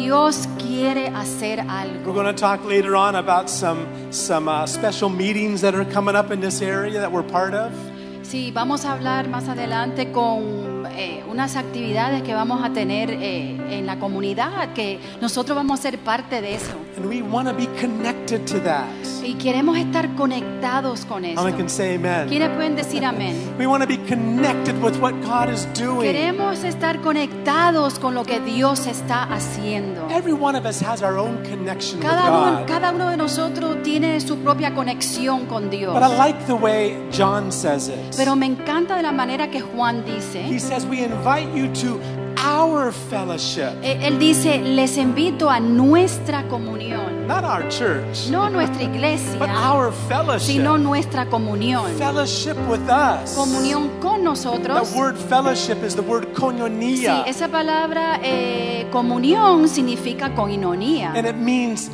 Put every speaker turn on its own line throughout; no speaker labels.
Dios quiere hacer algo.
We're going to talk later on about some, some uh, special meetings that are coming up in this area that we're part of.
Sí, vamos a hablar más adelante con eh, unas actividades que vamos a tener eh, en la comunidad, que nosotros vamos a ser parte de eso.
And we want to be connected to that.
Y queremos estar conectados con
How
eso.
many can say amen?
¿Quiénes pueden decir amén?
We want to be connected with what God is doing.
Queremos estar conectados con lo que Dios está haciendo.
Every one of us has our own connection with
Cada uno,
God.
cada uno de nosotros tiene su propia conexión con Dios.
But I like the way John says it.
Pero me encanta de la manera que Juan
He
dice.
says, We invite you to our fellowship,
Eh, Él dice, les invito a nuestra comunión.
not our church,
No nuestra
but
iglesia,
our fellowship.
sino nuestra comunión.
Fellowship with us.
Comunión con nosotros.
That word fellowship is the word
Sí,
koinonia.
esa palabra eh, comunión significa coinonía.
and it means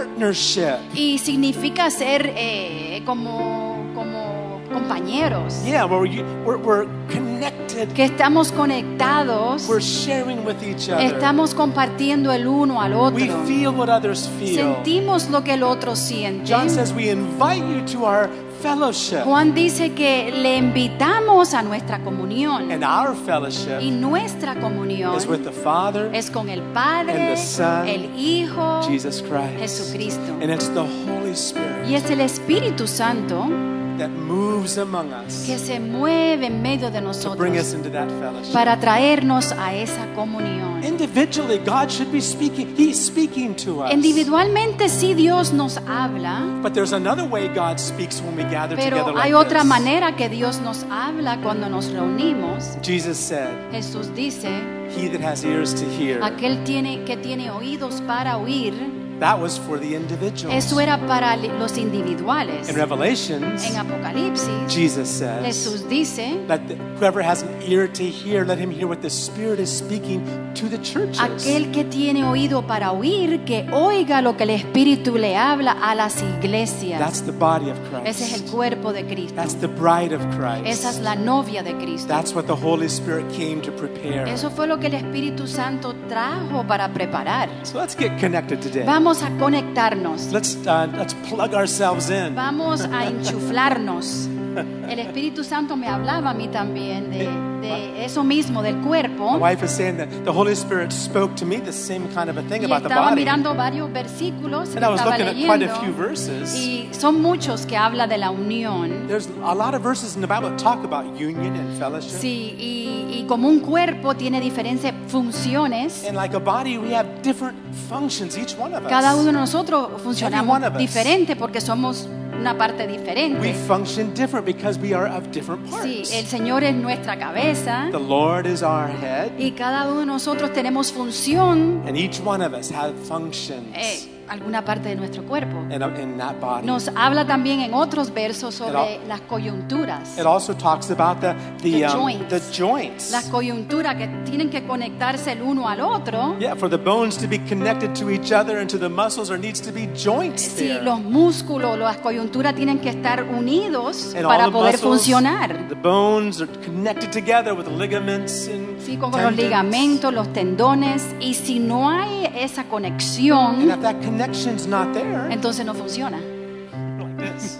partnership.
Y significa ser eh, como, como compañeros.
Yeah, where we, we're, we're connected.
Que estamos conectados,
We're sharing with each other.
estamos compartiendo el uno al otro.
we feel what others feel.
Sentimos lo que el otro siente.
John says we invite you to our fellowship.
Juan dice que le invitamos a nuestra comunión.
And our
Y
fellowship
nuestra comunión
is with the Father,
es con el
and
Padre,
the Son,
el Hijo
Jesus Christ.
Jesucristo.
And it's the Holy Spirit
y es el Espíritu Santo
that moves among us
que se mueve en medio de
to bring
nosotros
us into that fellowship.
para traernos a esa comunión.
Individually, God should be speaking. He's speaking to us.
Individualmente sí Dios nos habla,
But there's another way God speaks when we gather together
pero
like
hay otra
this.
manera que Dios nos habla cuando nos reunimos.
Jesus said,
Jesús dice,
"He that has ears to hear."
aquel tiene, que tiene oídos para oír,
That was for the individuals.
Eso era para li- los individuales.
In Revelations,
En Apocalipsis,
Jesus says,
Jesús dice,
"Let the, whoever has an ear to hear, let him hear what the Spirit is speaking to the churches."
aquel que tiene oído para oír, que oiga lo que el Espíritu le habla a las
That's
iglesias.
the body of Christ.
Ese es el cuerpo de Cristo.
That's the bride of Christ.
Esa es la novia de Cristo.
That's what the Holy Spirit came to prepare.
Eso fue lo que el Espíritu Santo trajo para preparar.
So let's get connected today.
Vamos a conectarnos.
Let's uh, let's plug ourselves in.
Vamos a enchuflarnos. El Espíritu Santo me hablaba a mí también de, de eso mismo, del
My
cuerpo.
wife is saying that the Holy Spirit spoke to me the same kind of a thing
Y
about the
estaba
body.
mirando varios versículos que
And I was
estaba
looking at quite a few
leyendo,
verses.
y son muchos que habla de la unión
There's a lot of verses in the Bible that talk about union and fellowship.
sí, y, y como un cuerpo tiene diferentes funciones
And like a body, we have different functions, each one of
cada uno de
us.
nosotros
one of
funcionamos
us.
diferente porque somos una parte
We
diferente
function different because we are of different
sí, el
parts.
Señor es nuestra cabeza
The Lord is our head,
y cada uno de nosotros tenemos función
and each one of us have
eh,
functions
alguna parte de nuestro cuerpo
in, in that body.
nos habla también en otros versos sobre
It
las coyunturas
It also talks about the the,
The
um,
joints.
the joints.
las coyunturas que tienen que conectarse el uno al otro.
Yeah, for the bones to be connected to each other and to the muscles, there needs to be joints
Si
there.
los músculos, las coyunturas tienen que estar unidos
And all
para
the
poder
muscles,
funcionar.
The bones are connected together with ligaments and
Sí, con los
tendons.
ligamentos, los tendones. Y si no hay esa
And
conexión,
if that connection's not there,
entonces no funciona.
like this,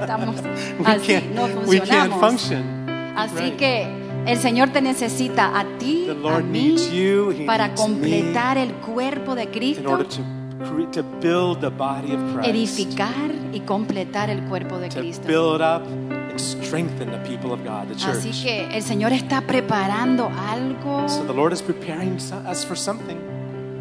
Estamos
we
así,
can't,
no
we can't
funcionamos.
function.
Así
Right.
que el Señor te necesita a ti,
The
a
Lord
mí,
needs you, He
para
needs
completar el cuerpo de
me in order
Cristo,
to cre- to build the body of Christ,
edificar y completar el cuerpo de
to
Cristo.
build up and strengthen the people of God, the
Así
church.
que el Señor está preparando algo
So the Lord is preparing so- us for something.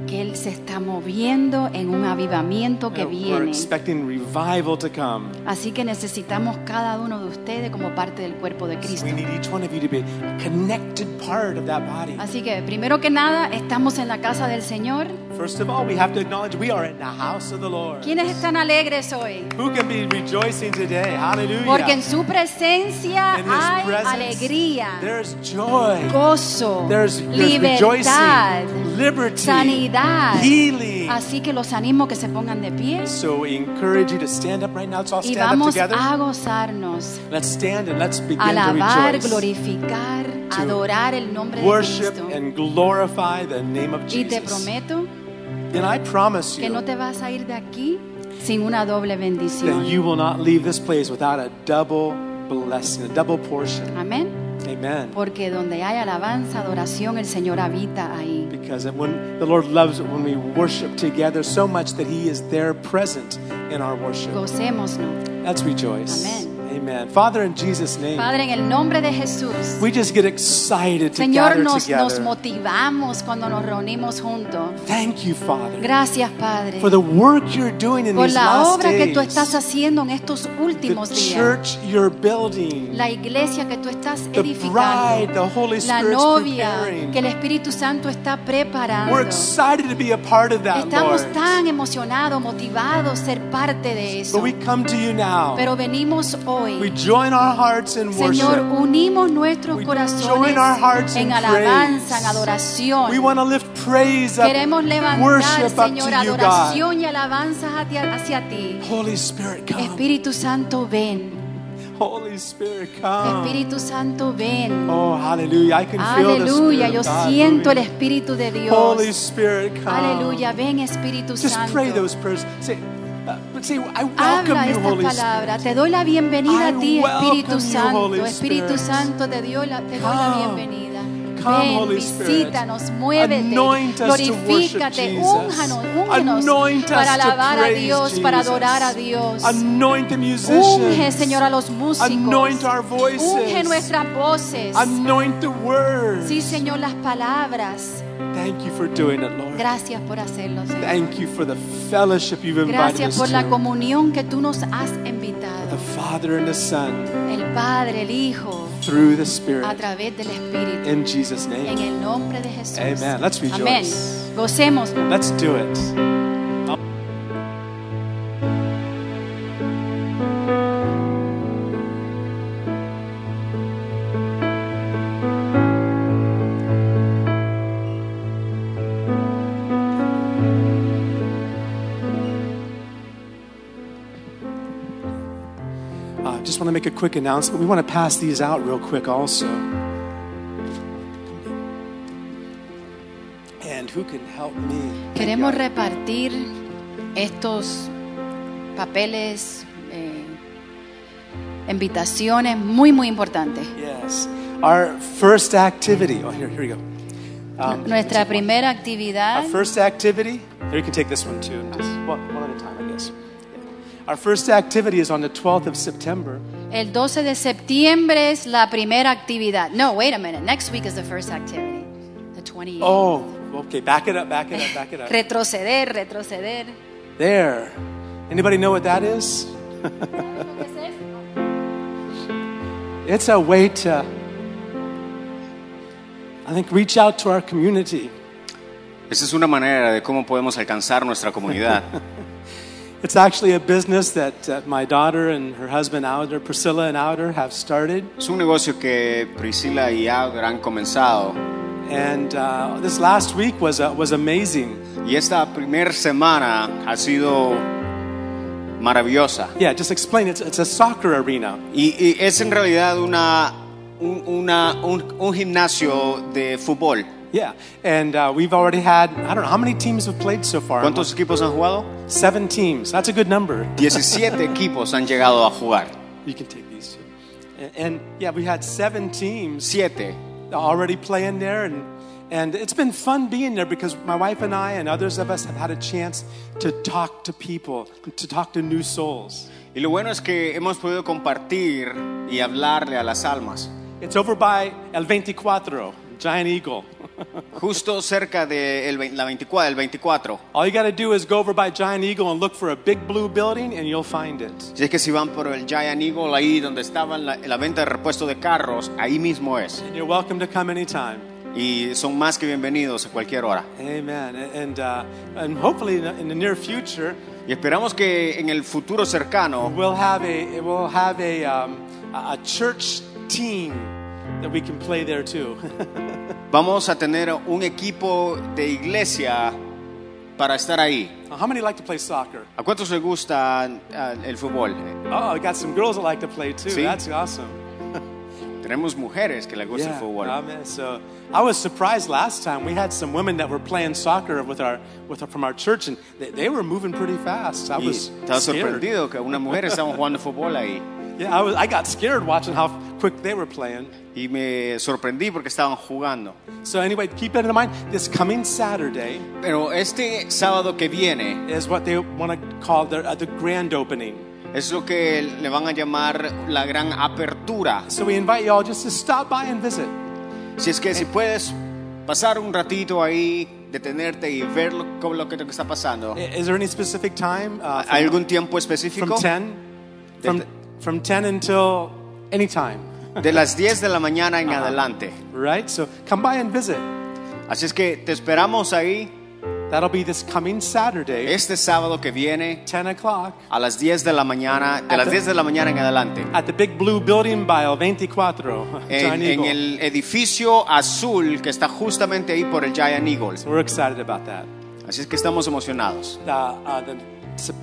que Él se está moviendo en un avivamiento que
You know, we're
viene.
expecting revival to come.
Así que necesitamos cada uno de ustedes como parte del cuerpo de Cristo.
We need each one of you to be a connected part of that body.
Así que primero que nada, estamos en la casa del Señor.
First of all, we have to acknowledge we are in the house of the Lord.
¿Quiénes están alegres hoy?
Who can be rejoicing today? Hallelujah.
Porque en su presencia
In His
hay
presence,
alegría,
There's joy.
gozo,
There's, there's
libertad,
rejoicing, liberty,
sanidad.
healing.
Así que los animo que se pongan de pie
So we encourage you to stand up right now. Let's all
y
stand up
vamos
together.
a gozarnos.
Let's stand and let's begin
alabar,
to rejoice.
glorificar,
To
adorar el nombre de
Worship
Cristo.
and glorify the name of
Y te
Jesus.
prometo
And I promise
que no
you
te vas a ir de aquí sin una doble
that
bendición.
you will not leave this place without a double blessing, a double portion.
Amén.
Amen.
Porque donde hay alabanza, adoración, el Señor habita ahí.
Because when the Lord loves it when we worship together so much that He is there present in our worship.
Gocémonos.
Let's rejoice.
Amen.
Amen. Father, in Jesus' name,
Padre, en el nombre de Jesús.
we just get excited to
Señor,
gather
nos, nos
together.
motivamos cuando nos reunimos juntos.
Thank you, Father,
Gracias, Padre,
for the work you're doing in
por
these
la
last
obra que tú estás
days.
haciendo en estos últimos
The
días.
church you're building.
La iglesia que tú estás
The bride,
edificando.
the Holy
La
Spirit's
novia que el
preparing.
Espíritu Santo está
We're
preparando.
excited to be a part of that,
Estamos
Lord.
tan emocionados, motivados, ser parte de
But
eso.
we come to you now.
Pero venimos
We
hoy.
join our hearts in
Señor,
worship.
unimos nuestros
We
corazones
join our hearts
en
in
alabanza, en
praise.
adoración.
We want to lift praise up,
Queremos levantar,
worship up
Señor,
to you, God.
adoración y alabanzas hacia, hacia ti.
Holy Spirit, come.
Espíritu Santo, ven.
Holy Spirit, come.
Espíritu Santo, ven.
Ah. Oh, hallelujah. I can feel the
Aleluya,
Spirit
yo
of God
siento el
moving.
Espíritu de
Holy
Dios.
Spirit, come.
Aleluya, ven Espíritu
Ah. Just pray
Santo.
those prayers. Say, uh, but say, I welcome
Habla
you,
esta
Holy Spirit.
palabra. Te doy la bienvenida
I
a ti,
welcome you,
Espíritu Santo.
Holy
Espíritu
Spirit.
Santo, te doy la, te doy la
Come.
bienvenida.
Come,
Ven,
Holy Spirit.
visítanos, muévete,
Anoint us to
glorifícate,
worship
únjanos,
Jesus.
únjanos
Anoint us
para
to
alabar a
praise
Dios, para
Jesus.
adorar a Dios.
Anoint the
Unge,
musicians.
Señor, a los músicos.
Anoint our voices.
Unge nuestras voces.
Anoint the words.
Sí, Señor, las palabras.
Thank you for doing it, Lord.
Gracias por hacerlo, Señor.
Thank you for the fellowship you've invited
Gracias
us
por la
to.
comunión que tú nos has invitado.
the Father and the Son
El Padre, el Hijo,
through the
a
Spirit.
través del Espíritu.
In Jesus' name.
En el nombre de Jesús.
Amen. Let's rejoice.
Amén. Gocemos.
Let's do it. Uh, Uh, just want to make a quick announcement. We want to pass these out real quick, also. And who can help me?
Queremos repartir estos papeles, eh, invitaciones muy, muy importantes.
Yes. Our first activity. Oh, here, here we go. Um,
Nuestra primera actividad
Our first activity, or you can take this one too. One, one at a time, I guess. Our first activity is on the 12th of September.
El 12 de septiembre es la primera actividad. No, wait a minute. Next week is the first activity. The 28th.
Oh, okay, back it up, back it up, back it up.
Retroceder, retroceder.
There. Anybody know what that is? It's a way to, I think, reach out to our community.
Esa es una manera de cómo podemos alcanzar nuestra comunidad.
It's actually a business that uh, my daughter and her husband, Outer, Priscilla and Outer, have started.
Es un negocio que Priscila y Adra han comenzado
And uh, this last week was, uh, was amazing.
y esta primera semana ha sido maravillosa.
Yeah, just explain. It's, it's a soccer arena.
Y, y es en realidad una, un, una- un- un gimnasio de fútbol.
Yeah, and uh, we've already had, I don't know, how many teams have played so far?
¿Cuántos equipos han jugado?
Seven teams. That's a good number.
17 equipos han llegado a jugar.
You can take these two. And, and yeah, we had seven teams
Siete.
already playing there. And, and it's been fun being there because my wife and I and others of us have had a chance to talk to people, to talk to new souls.
Y lo bueno es que hemos podido compartir y hablarle a las almas.
It's over by El 24, Giant Eagle.
Justo cerca de el vein- la 24, el 24.
All you got to do is go over by Giant Eagle and look for a big blue building and you'll find it.
Si es que si van por el Giant Eagle, ahí donde estaba la, la venta de repuesto de carros, ahí mismo es.
You're welcome to come anytime.
Y son más que bienvenidos a cualquier hora.
Amen. And, uh, and hopefully in the, in the near future,
Y esperamos que en el futuro cercano
we'll have a, we'll have a, um, a a church team that we can play there too.
vamos a tener un equipo de iglesia para estar ahí.
How many like to play soccer?
¿A cuántos les gusta ah, el fútbol?
Oh, I got some girls that like to play too.
See?
That's awesome.
Tenemos mujeres que les gusta el fútbol.
amen. So I was surprised last time. We had some women that were playing soccer with our, with our, from our church, and they, they were moving pretty fast. I
Y
was
estaba
scared.
sorprendido que unas mujeres estaban jugando fútbol ahí.
Yeah, I, was, I got scared watching how quick they were playing.
Y me sorprendí porque estaban jugando.
So anyway, keep that in mind. This coming Saturday
Pero este sábado que viene
is what they want to call their, uh, the grand opening.
es lo que le van a llamar la gran apertura.
So we invite y'all just to stop by and visit.
Si es que si puedes pasar un ratito ahí, detenerte y ver lo, cómo- lo que, lo que está pasando.
I- Is there any specific time? Uh,
¿Hay algún tiempo
from
específico?
10? From, from 10 until any time,
De las 10 de la mañana en adelante.
right? So come by and visit.
Así es que te esperamos ahí
That'll be this coming Saturday,
este sábado que viene
10 o'clock,
a las 10 de la mañana, de las 10 de la mañana en adelante.
at the big blue building by El 24.
En,
Giant
en
Eagle.
el edificio azul que está justamente ahí por el Giant Eagles.
We're excited about that.
Así es que estamos emocionados.
Uh, uh, the, Sep-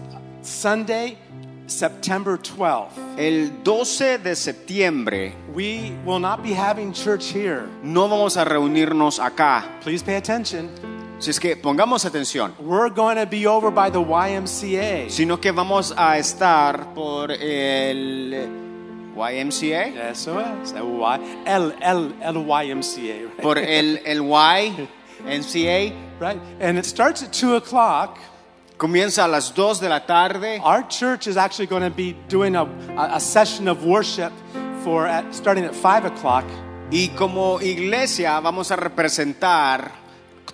Sunday, September 12th,
El 12 de septiembre
we will not be having church here.
no vamos a reunirnos acá.
Please pay attention.
Así es que pongamos atención.
We're going to be over by the YMCA.
Sino que vamos a estar por el YMCA.
SOS. uh, Y- L- L- L- YMCA, right?
Por el, el YMCA.
right? And it starts at 2 o'clock.
Comienza a las 2 de la tarde.
Our church is actually going to be doing a, a, a session of worship for at, starting at 5 o'clock.
Y como iglesia vamos a representar,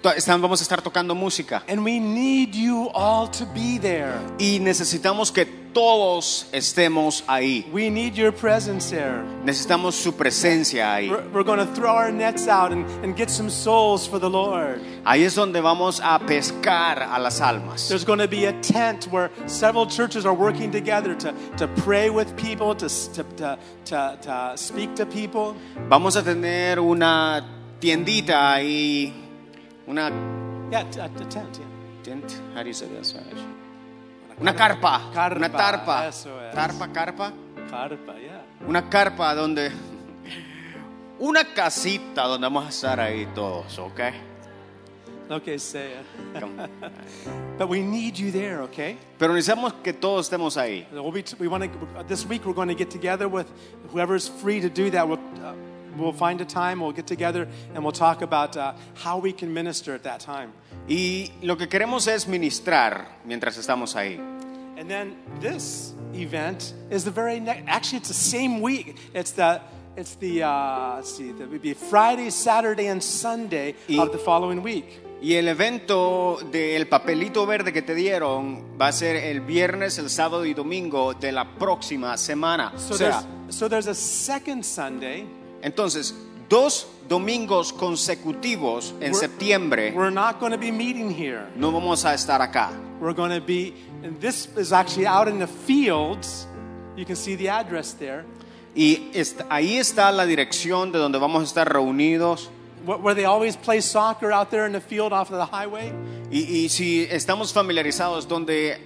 to- están- vamos a estar tocando música.
And we need you all to be there.
Y necesitamos que todos estemos ahí.
We need your presence there.
Necesitamos su presencia ahí.
We're, we're going to throw our nets out and, and get some souls for the Lord.
Ahí es donde vamos a pescar a las almas.
There's going to be a tent where several churches are working together to, to pray with people, to, s- to, to, to, to speak to people.
Vamos a tener una tiendita ahí. Una.
Yeah, t- a, a tent. Yeah.
tent? How do you say that in Spanish? Una carpa.
Carpa,
Una tarpa.
eso es.
Tarpa, carpa.
Carpa, yeah.
Una carpa donde. Una casita donde vamos a estar ahí todos, ¿ok?
Okay, say it. But we need you there, okay?
Pero necesitamos que todos estemos ahí.
We'll be we want to, this week we're going to get together with whoever's free to do that. We'll, uh, we'll find a time, we'll get together, and we'll talk about uh, how we can minister at that time.
Y lo que queremos es ministrar mientras estamos ahí.
And then this event is the very next, actually, it's the same week. It's the, it's the uh, let's see, that would be Friday, Saturday, and Sunday
Y-
of the following week.
Y el evento del papelito verde que te dieron va a ser el viernes, el sábado y domingo de la próxima semana.
So,
o sea,
there's, so there's a second Sunday.
entonces, dos domingos consecutivos en
We're-
septiembre
We're not going to be meeting here.
no vamos a estar acá.
We're going to be, and this is actually out in the fields. You can see the address there,
Y est- ahí está la dirección de donde vamos a estar reunidos.
wh- where they always play soccer out there in the field off of the highway.
Y, y si estamos familiarizados donde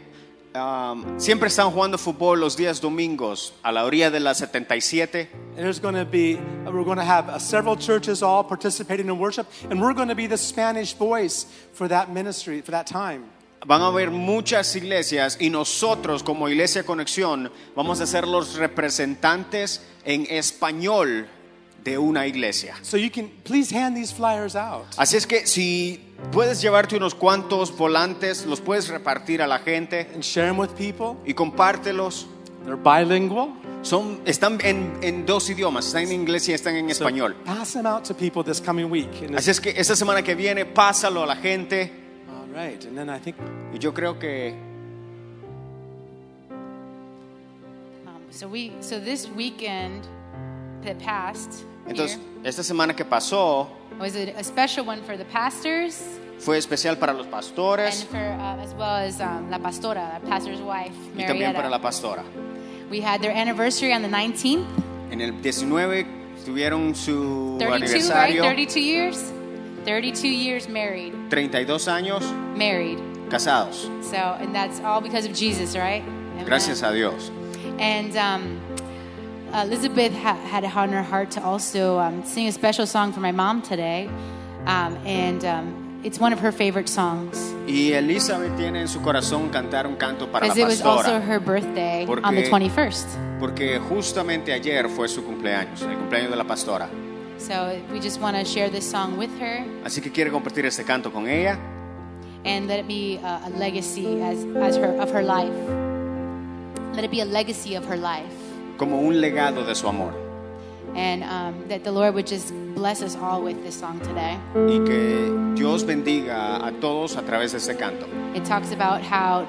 um, siempre están jugando fútbol los días domingos a la orilla de la 77.
And there's going to be, we're going to have uh, several churches all participating in worship, and we're going to be the Spanish voice for that ministry, for that time.
Van a haber muchas iglesias y nosotros como Iglesia Conexión vamos a ser los representantes en español de una iglesia.
So you can please hand these flyers out.
Así es que si puedes llevarte unos cuantos volantes, los puedes repartir a la gente
And share them with people.
y compártelos.
They're bilingual.
Son, están en, en dos idiomas, están en inglés y están en
So
español.
pass them out to people this coming week. And
Así es que esta semana que viene pásalo a la gente
all right. And then I think
y yo creo que
Um, so we so this weekend that passed
entonces
here
esta semana que pasó
was a, a special one for the pastors
fue especial para los pastores
and for um, as well as um, la pastora, la pastor's wife,
y también para la
Marietta.
pastora.
We had their anniversary on the 19th,
En el 19 tuvieron su
32, right?
aniversario,
32 years, 32 years married,
32 años
married.
casados.
So and that's all because of Jesus, right? Amen.
Gracias a Dios.
And um, Elizabeth ha- had it on her heart to also um, sing a special song for my mom today, um, and um, it's one of her favorite songs
Y Elizabeth tiene en su corazón cantar un canto para la
because it was also
pastora.
her birthday on the
Porque-
21st.
Porque justamente ayer fue su cumpleaños, el cumpleaños de la pastora.
So we just want to share this song with her
Así que quiere compartir este canto con ella.
and let it be uh, a, a legacy as, as her of her life. Let it be a legacy of her life,
como un legado de su amor
and um, that the Lord would just bless us all with this song today.
y que Dios bendiga a todos a través de este canto.
It talks about how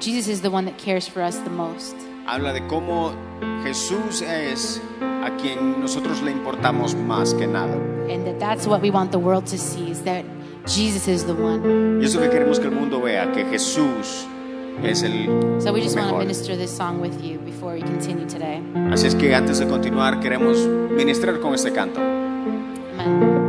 Jesus is the one that cares for us the most.
Habla de cómo Jesús es a quien nosotros le importamos más que nada.
and that that's what we want the world to see is that Jesus is the one.
Y eso que queremos que el mundo vea, que Jesús es el
So we just want to
mejor.
minister this song with you before we continue today.
Así es que antes de continuar queremos ministrar con este canto.
Amen.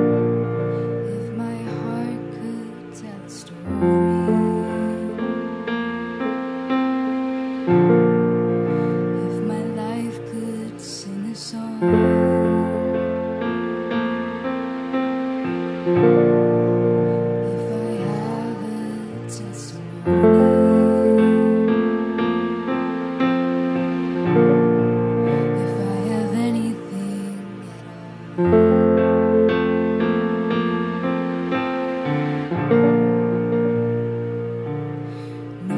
If my heart could tell a story, if my life could sing a song, if I have a testimony, if I have anything at all. No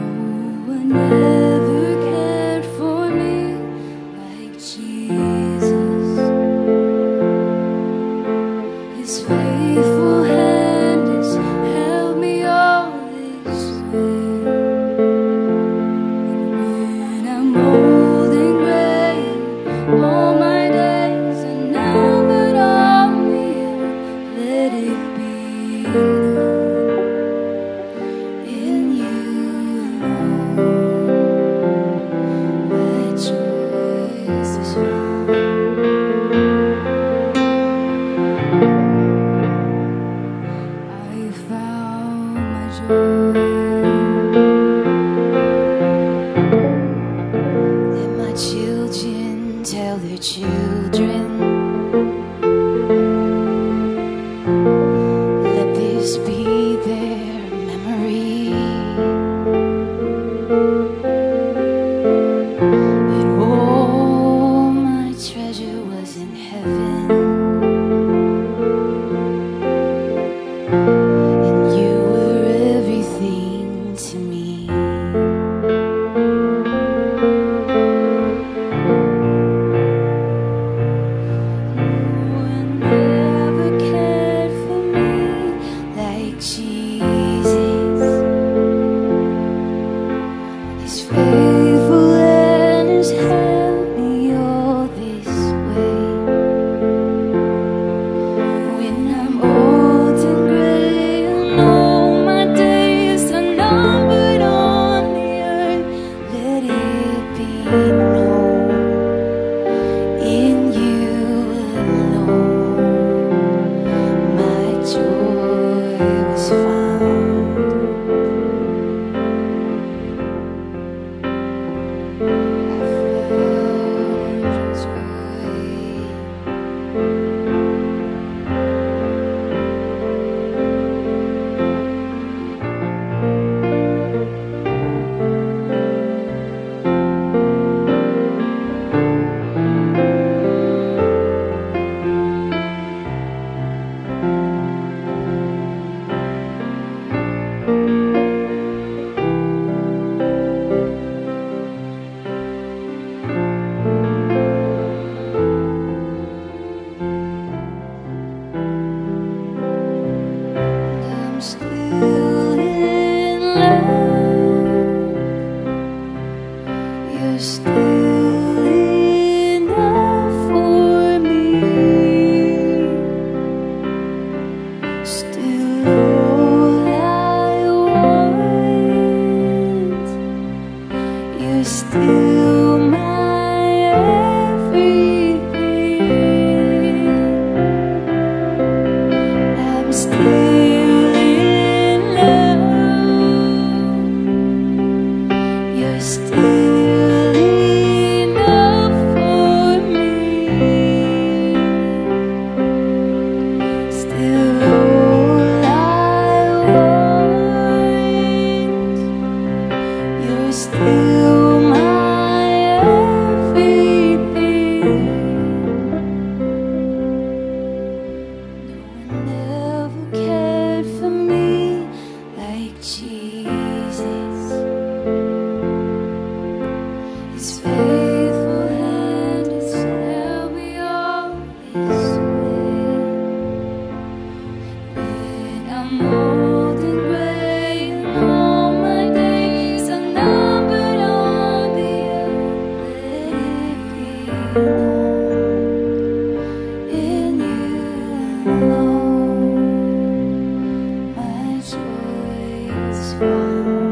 one ever cared for me like Jesus. His faithful hand has held me all this way. And when I'm old and grey, all my days are numbered on me. Let it be known in you alone, my choice is found. I found my joy. Let my children tell their children. Let this be their memory. And all my treasure was in heaven. And you were everything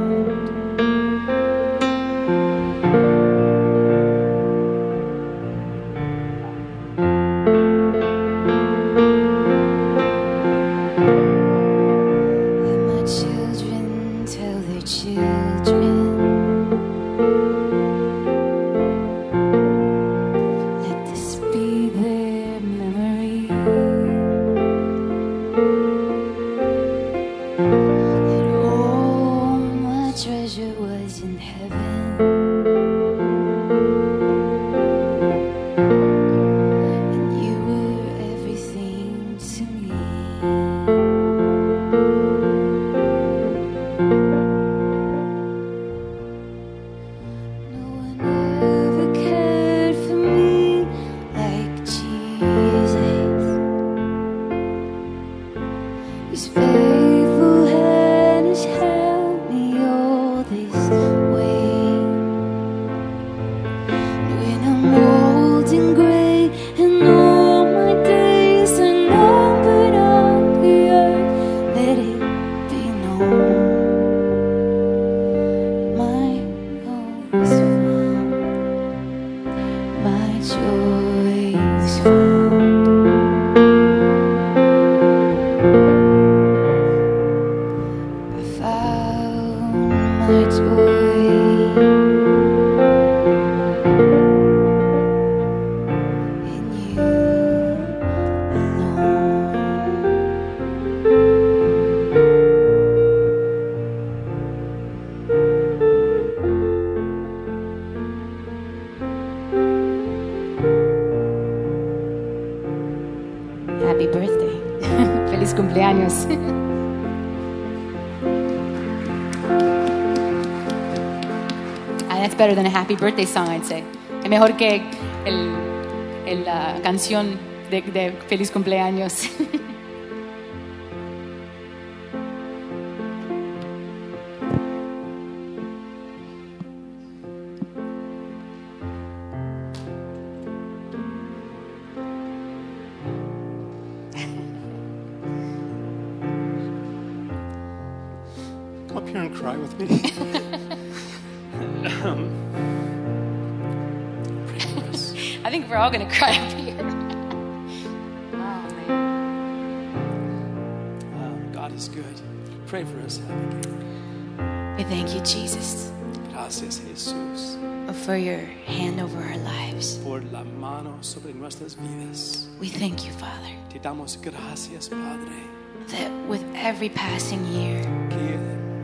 found.
My children tell their children. Let this be their memory. That all my treasure was in heaven. And you were everything to me. No one ever cared for me like Jesus. His faithful hand has held me all this way. When I'm old and grey and all my days are numbered on the earth, let it be known. My hope is found. My joy is found. I found my joy in you alone.
Happy birthday. Feliz cumpleaños. Ah, that's better than a happy birthday song, I'd say. Es mejor que el, el, la canción de, de feliz cumpleaños.
Come up here and cry with me.
I think we're all gonna cry up here. Oh, man.
Uh, God is good. Pray for us, Abigail.
We thank you, Jesus,
Gracias, Jesús,
for your hand over our lives.
por la mano sobre nuestras vidas.
We thank you, Father,
Te damos gracias, Padre,
that with every passing year,
que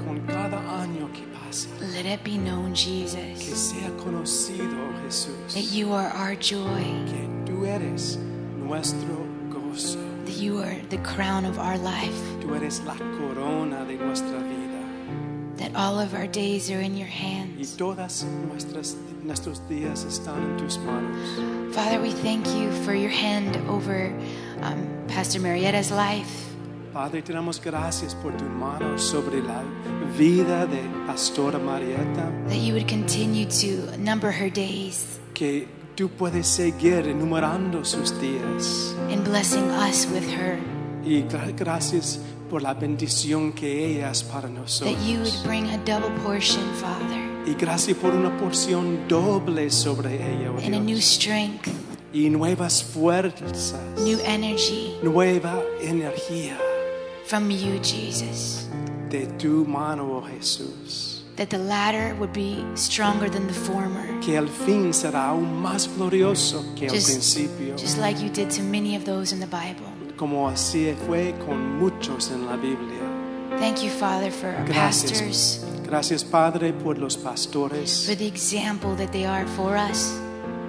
con cada año que pasa,
let it be known,
que
Jesus,
sea conocido,
that
Jesús,
you are our joy,
que tú eres nuestro gozo,
that you are the crown of our life,
tú eres la corona de nuestra vida
that all of our days are in your
y
hands.
todas nuestras nuestros días están en tus manos.
Father, we thank you for your hand over um, Pastor Marietta's life.
Padre, te damos gracias por tu mano sobre la vida de Pastora Marieta.
That you would continue to number her days
que tú puedes seguir enumerando sus días
and blessing us with her.
y gra- gracias por la bendición que ella es para
That you would
nosotros
bring a double portion, Father,
y gracias por una porción doble sobre ella oh
and a new
Dios.
strength,
y nuevas fuerzas
new e- energy
nueva energía
from you, Jesus.
de tu mano oh Jesús
That the latter would be stronger than the former.
que el fin será aún más glorioso que el
Just,
principio
just like you did to many of those in the Bible.
como así fue con muchos en la Biblia
Thank you, Father, for our
gracias
pastors,
gracias Padre por los pastores
for the example that they are for us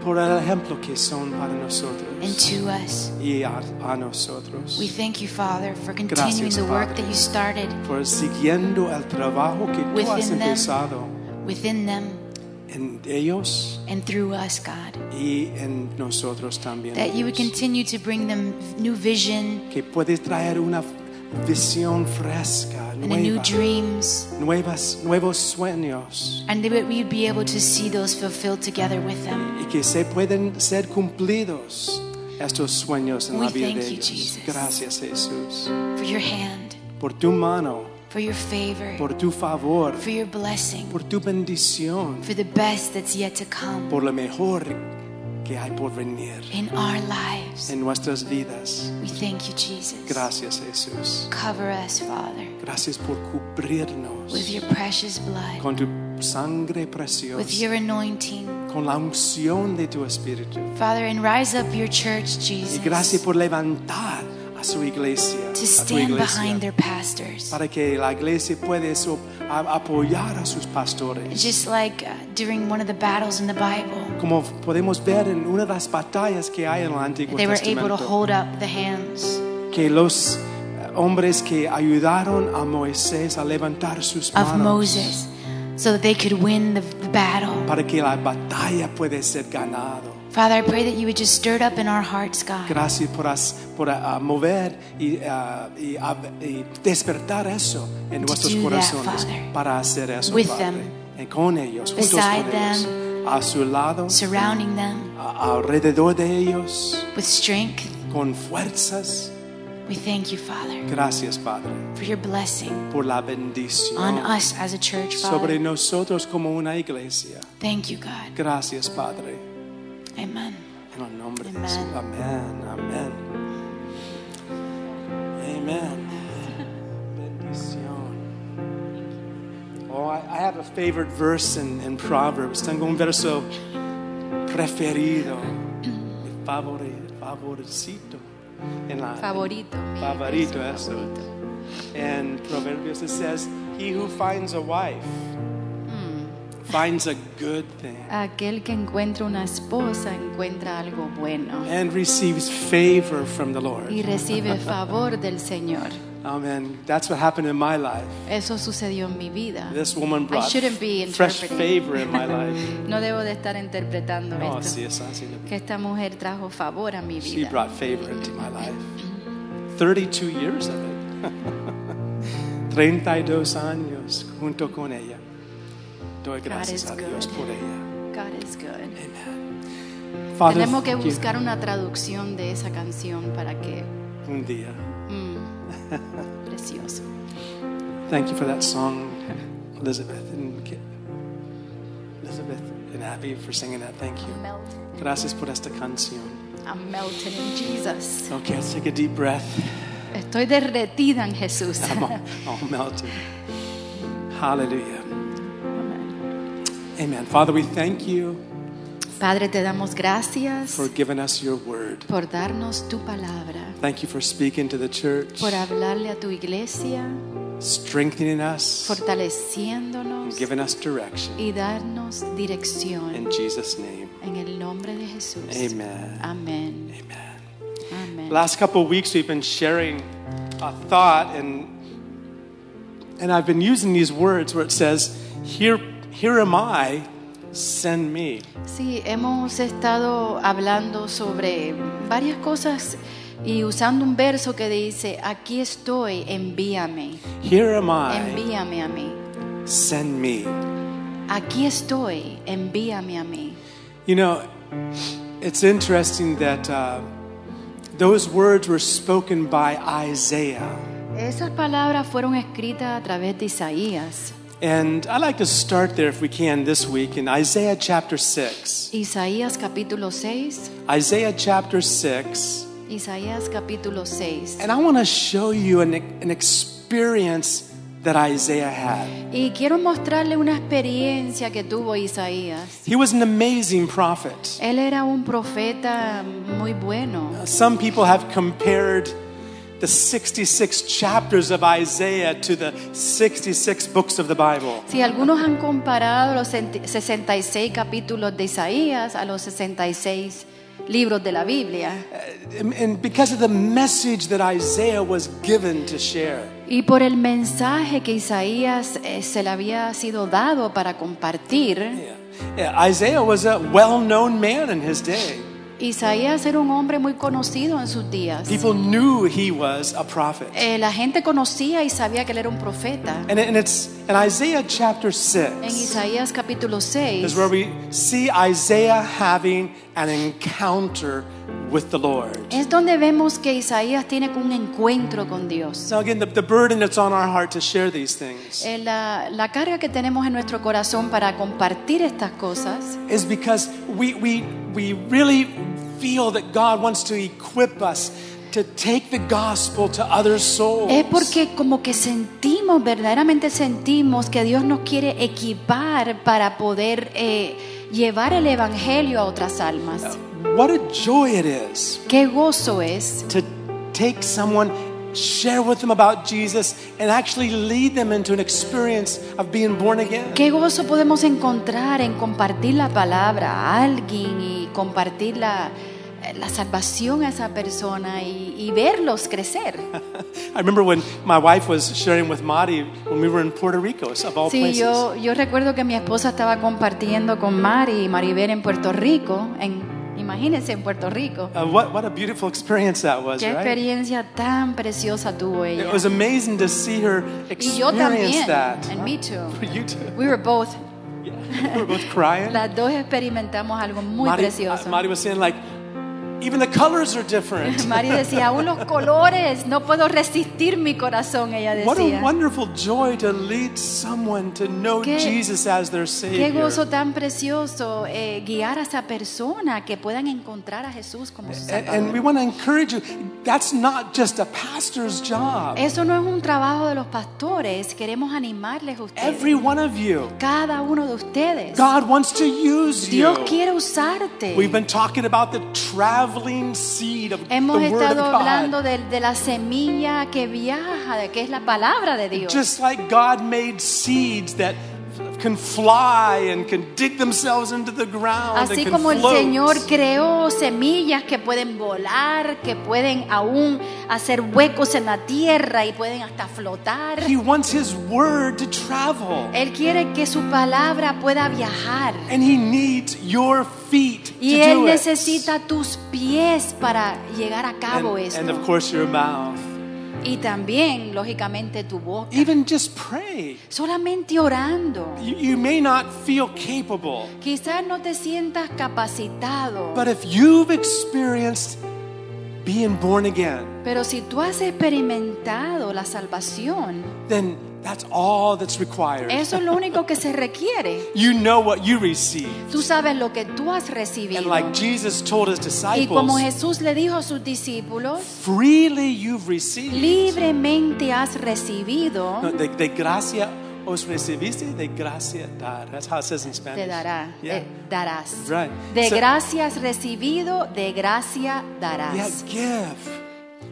por el ejemplo que son para
and
nosotros
to us.
y a, a nosotros.
We thank you, Father, for continuing
Gracias,
the work
Padre.
that you started
Por siguiendo el trabajo que tú has
Within them.
empezado
within them
en ellos
and through us, God.
y en nosotros también.
That you would
Dios.
continue to bring them new vision
Que puedes traer una visión fresca,
and a new
nueva,
dreams,
nuevas, nuevos sueños
and that we would be able to see those fulfilled together with them.
y que se pueden ser cumplidos estos sueños en
We
la vida
thank
de
you,
ellos.
Jesus.
Gracias Jesús
For your hand,
por tu mano,
for
for your favor,
por tu favor,
for your blessing,
por tu bendición,
for the best that's yet to come
por lo mejor que hay por venir
in our lives.
en nuestras vidas.
We thank you, Jesus.
Gracias Jesús.
Cover us, Father,
Gracias por
with
cubrirnos
your precious blood,
con tu sangre
with
preciosa,
your anointing.
con la unción de tu espíritu.
Father, and rise up your church,
Y gracias
Jesus,
por levantar a su iglesia,
to
a tu
stand
iglesia,
behind their pastors.
para que la iglesia pueda so- a- apoyar a sus pastores.
Just like uh, during one of the battles in the Bible,
Como podemos ver en una de las batallas que hay en el Antiguo
they were able to
Testamento,
hold up the hands
que los eh, hombres que ayudaron a Moisés a levantar sus
of
manos
Moses so that they could win the, the battle.
para que la batalla pueda ser ganada.
Father, I pray that you would just stir it up in our hearts, God.
Gracias por, as- por ah, mover y, ah, y ab- y despertar eso en nuestros
do that,
corazones
Father.
para hacer eso,
With
Padre.
them.
Y con ellos, juntos con
Beside
ellos, a su lado,
Surrounding them
a- alrededor de ellos,
with strength.
con fuerzas.
We thank you, Father,
Gracias, Padre,
for your blessing
por la bendición
on us as a church,
sobre
Father.
nosotros como una iglesia.
Thank you, God.
Gracias, Padre.
Amen.
En el nombre de
Amen.
Jesús. Amén, amén. Amén. Bendición. Oh, I, I have a favorite verse in, in Proverbs. Tengo un verso preferido, mi favori- favorito. En la,
Favorito. mi
Favorito,
verso
eso.
favorito.
And Proverbios it says, He who finds a wife
Hmm.
finds a good thing
Aquel que encuentra una esposa encuentra algo bueno
and receives favor from the Lord.
y recibe favor del Señor.
Amen. That's what happened in my life.
Eso sucedió en mi vida.
This woman
I
brought
shouldn't be
fresh
interpreting.
favor in my life. Oh,
No debo de estar interpretando
No,
esto.
sí, es así.
Que esta mujer trajo favor a mi
She
vida.
brought favor into my life. 32 years of it. 32 años junto con ella. Doy gracias
is
a Dios
good.
por ella.
God is good.
Amen. Father,
Tenemos que
thank you.
buscar una traducción de esa canción para que
un día.
precioso.
Thank you for that song, Elizabeth and Ki- Elizabeth and Abby for singing that. Thank you.
Melt.
Gracias por esta canción.
I'm melted in Jesus.
Okay, let's take a deep breath.
Estoy derretida en Jesús.
I'm all, all melted. Oh, Hallelujah. Amen. Father, we thank you
Padre, te damos gracias
for giving us your word.
por darnos tu palabra,
Thank you for speaking to the church,
por hablarle a tu iglesia,
strengthening us, and
fortaleciéndonos
giving us direction.
y darnos dirección.
In Jesus' name,
En el nombre de Jesús.
amen.
Amén.
Amen.
Amén.
Last couple of weeks, we've been sharing a thought, and and I've been using these words where it says, "Here, here am I, send me."
Sí, hemos estado hablando sobre varias cosas y usando un verso que dice, aquí estoy, envíame,
Here am I,
envíame a mí.
send me.
Aquí estoy, envíame a mí.
You know, it's interesting that uh, those words were spoken by Isaiah.
Esas palabras fueron escritas a través de Isaías.
And I'd like to start there, if we can, this week in Isaiah chapter 6.
Isaías capítulo 6,
Isaiah chapter 6.
Isaías capítulo 6.
And I want to show you an, an experience that Isaiah had.
Y quiero mostrarle una experiencia que tuvo Isaías.
He was an amazing prophet.
Él era un profeta muy bueno.
Some people have compared the 66 chapters of Isaiah to the 66 books of the Bible.
Si algunos han comparado los 66 capítulos de Isaías a los 66 libros de la Biblia.
And and because of the message that Isaiah was given to share,
Y por el mensaje que Isaías eh, se le había sido dado para compartir,
yeah. Yeah, Isaiah was a well known man in his day.
Isaías era un hombre muy conocido en sus días.
People knew he was a prophet.
Eh, la gente conocía y sabía que él era un profeta.
And, and it's in Isaiah chapter
En
6
Isaías capítulo 6
is where we see Isaiah having an encounter with the Lord.
Es donde vemos que Isaías tiene un encuentro con Dios.
So again, the, the burden that's on our heart to share these things
Eh, La, la carga que tenemos en nuestro corazón para compartir estas cosas
is because we, we, we really feel that God wants to equip us to take the gospel to other souls.
es porque como que sentimos, verdaderamente sentimos que Dios nos quiere equipar para poder eh, llevar el Evangelio a otras almas.
What a joy it is
Qué gozo es
to take someone, share with them about Jesus, and actually lead them into an experience of being born again.
Qué gozo podemos encontrar en compartir la palabra a alguien y compartir la, eh, la salvación a esa persona y, y verlos crecer.
Oh, I remember when my wife was sharing with Madi when we were in Puerto Rico, of all
Sí,
places.
yo, yo recuerdo que mi esposa estaba compartiendo con Mari y Maribel en Puerto Rico, en, imagínense en Puerto Rico.
Uh, what, what a beautiful experience that was,
Qué
right?
experiencia tan preciosa tuvo ella.
It was amazing to see her
Y yo
experience
también,
that.
and me too.
For you too.
We were both,
We were both crying.
las dos experimentamos algo muy
Mari-
precioso.
uh, Mari was saying, like, even the colors are different.
Mari decía, aún los colores, no puedo resistir mi corazón, ella
What a
decía.
wonderful joy to lead someone to know
Qué-
Jesus as their
Qué
Savior.
gozo tan precioso eh, guiar a esa persona que puedan encontrar a Jesús como su
A- And
Salvador.
we want to encourage you. That's not just a pastor's job.
Eso no es un trabajo de los pastores, queremos animarles a
Every
ustedes.
one of you.
Cada uno de ustedes.
God wants to use you.
Dios quiere usarte.
We've been talking about the traveling seed of
Hemos
the Word of
estado hablando
God.
de, de la semilla que viaja, de que es la palabra de Dios.
Just like God made seeds that can fly and can dig themselves into the ground and
Así
can
como el
float.
Señor creó semillas que pueden volar, que pueden aún hacer huecos en la tierra y pueden hasta flotar.
He wants His Word to travel.
Él quiere que su palabra pueda viajar.
And He needs your feet
Y
to
Él
do it.
necesita tus pies para llegar a cabo
and,
esto.
and of course, your mouth.
y también, lógicamente, tu boca.
Even just pray.
Solamente orando.
You, you may not feel capable,
Quizás no te sientas capacitado.
but if you've experienced being born again,
Pero si tú has experimentado la salvación,
then that's all that's required.
eso es lo único que se requiere.
You know what you receive.
Tú sabes lo que tú has
And
recibido.
like Jesus told his
Y como
disciples,
Jesús le dijo a sus discípulos,
freely you've received.
libremente has recibido,
No, de, de gracia os recibiste, de gracia dar. That's how it says in Spanish.
te dará,
Yeah.
eh, darás.
Right.
De
So-
gracia has recibido, de gracia
Yeah,
darás.
give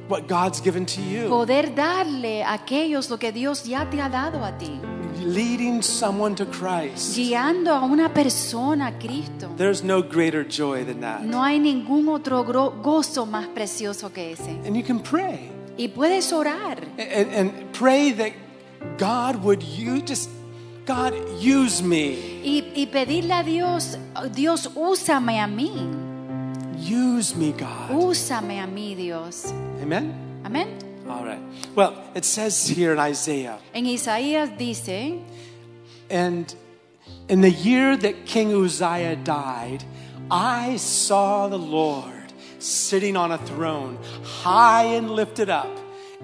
what God's given to you.
Poder darle a aquellos lo que Dios ya te ha dado a ti,
Leading someone to Christ.
guiando a una persona a Cristo.
There's no greater joy than that.
No hay ningún otro gro- gozo más precioso que ese.
And you can pray.
Y puedes orar
And, and pray that God would you just, God, use me.
y, y pedirle a Dios, Dios, úsame a mí,
Use me, God.
úsame a mí, Dios.
Amen?
Amén.
All right. Well, it says here in Isaiah,
En Isaías dice,
and in the year that King Uzziah died, I saw the Lord sitting on a throne, high and lifted up,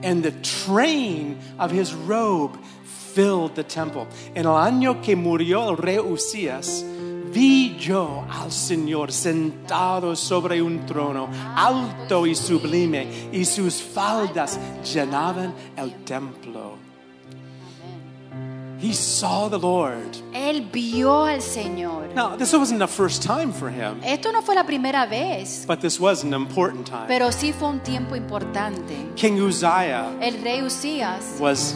and the train of his robe filled the temple. En el año que murió el rey Usías, vi yo al Señor sentado sobre un trono alto y sublime, y sus faldas llenaban el templo. He saw the Lord.
él vio al Señor.
Now, this wasn't the first time for him,
Esto no fue la primera vez,
but this was an important time.
pero sí fue un tiempo importante.
king Uzziah
El rey Usías,
was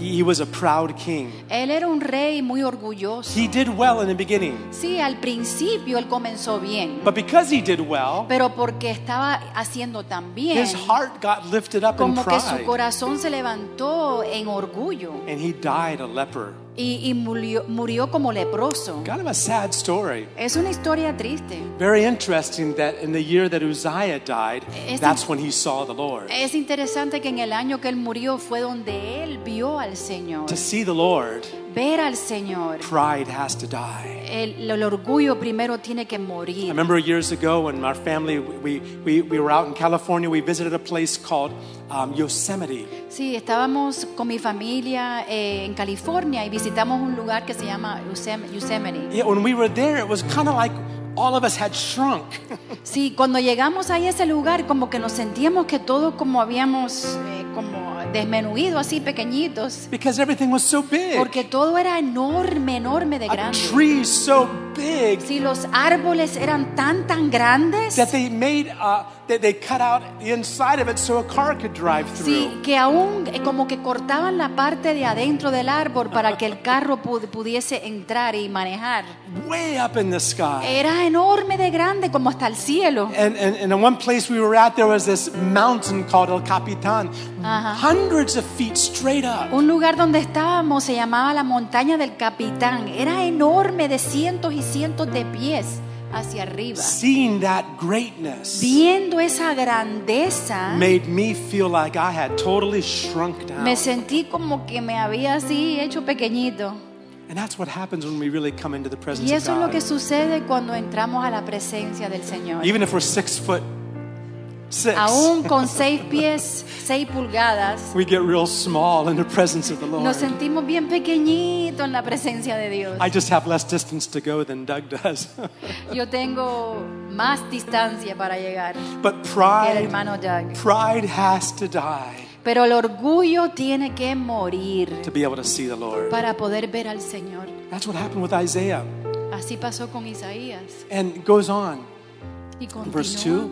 he, he was a proud king.
él era un rey muy orgulloso.
He did well in the beginning,
Sí, al principio él comenzó bien,
but because he did well,
pero porque estaba haciendo tan bien,
his heart got lifted up in
como que su
pride,
corazón se levantó en orgullo.
and he died a leper.
y, y murió, murió como leproso.
Kind of a sad story.
Es una historia triste.
Very interesting that in the year that Uzziah died,
Es-
that's when he saw the Lord.
Es interesante que en el año que él murió fue donde él vio al Señor.
To see the Lord
volver al Señor,
pride has to die.
el, el orgullo primero tiene que
I
morir.
remember years ago when our family, we, we, we were out in California, we visited a place called um, Yosemite.
Sí, estábamos con mi familia eh, en California y visitamos un lugar que se llama Yosem- Yosemite.
Yeah, when we were there, it was kind of like all of us had shrunk.
Sí, cuando llegamos ahí a ese lugar, como que nos sentíamos que todos como habíamos eh, como desmenuido, así pequeñitos,
because everything was so big.
porque todo era enorme, enorme de
A
grande.
tree so big
Sí, los árboles eran tan, tan grandes.
that they made, uh, that they cut out the inside of it so a car could drive through.
Sí, que aún eh, como que cortaban la parte de adentro del árbol para que el carro pu- pudiese entrar y manejar.
Way up in the sky.
Era enorme de grande, como hasta el cielo.
And, and, and in one place we were at, there was this mountain called El Capitan,
Uh-huh.
hundreds of feet straight up.
Un lugar donde estábamos se llamaba la montaña del capitán. Era enorme de cientos y cientos de pies hacia arriba.
Seeing that greatness
Viendo esa grandeza,
made me feel like I had totally shrunk down.
me sentí como que me había así hecho pequeñito.
And that's what happens when we really come into the presence
Y eso es lo
of
que
God.
sucede cuando entramos a la presencia del Señor.
Even if we're six foot six,
Aún con seis pies, seis pulgadas,
we get real small in the presence of the Lord.
nos sentimos bien pequeñitos en la presencia de Dios.
I just have less distance to go than Doug does.
Yo tengo más distancia para llegar que
but
el
pride,
hermano Doug.
pride has to die
Pero el orgullo tiene que morir
to be able to see the Lord.
para poder ver al Señor.
That's what happened with Isaiah.
Así pasó con Isaías.
And it goes on.
Y
Verse
continúa.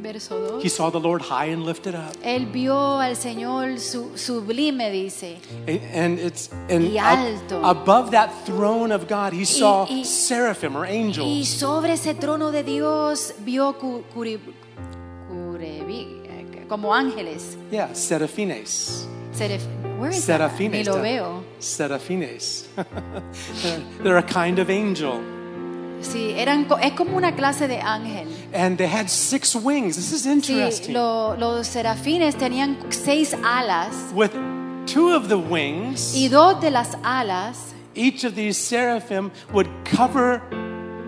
Verso
He
2.
saw the Lord high and lifted up.
Él vio al Señor su- sublime, dice.
And- And it's and
Y alto.
ab- above that throne of God, he saw
y-
seraphim or
Y
angels.
sobre ese trono de Dios vio cu- curi- curevi- eh, como ángeles.
yeah, seraphines.
Seref, where is that? Ni
Serafines.
lo veo.
Serafines. they're, they're a kind of angel.
Sí, eran, co- es como una clase de ángel.
And they had six wings. This is
Sí,
interesting.
lo- los serafines tenían seis alas
With two of the wings,
y dos de las alas,
each of these seraphim would cover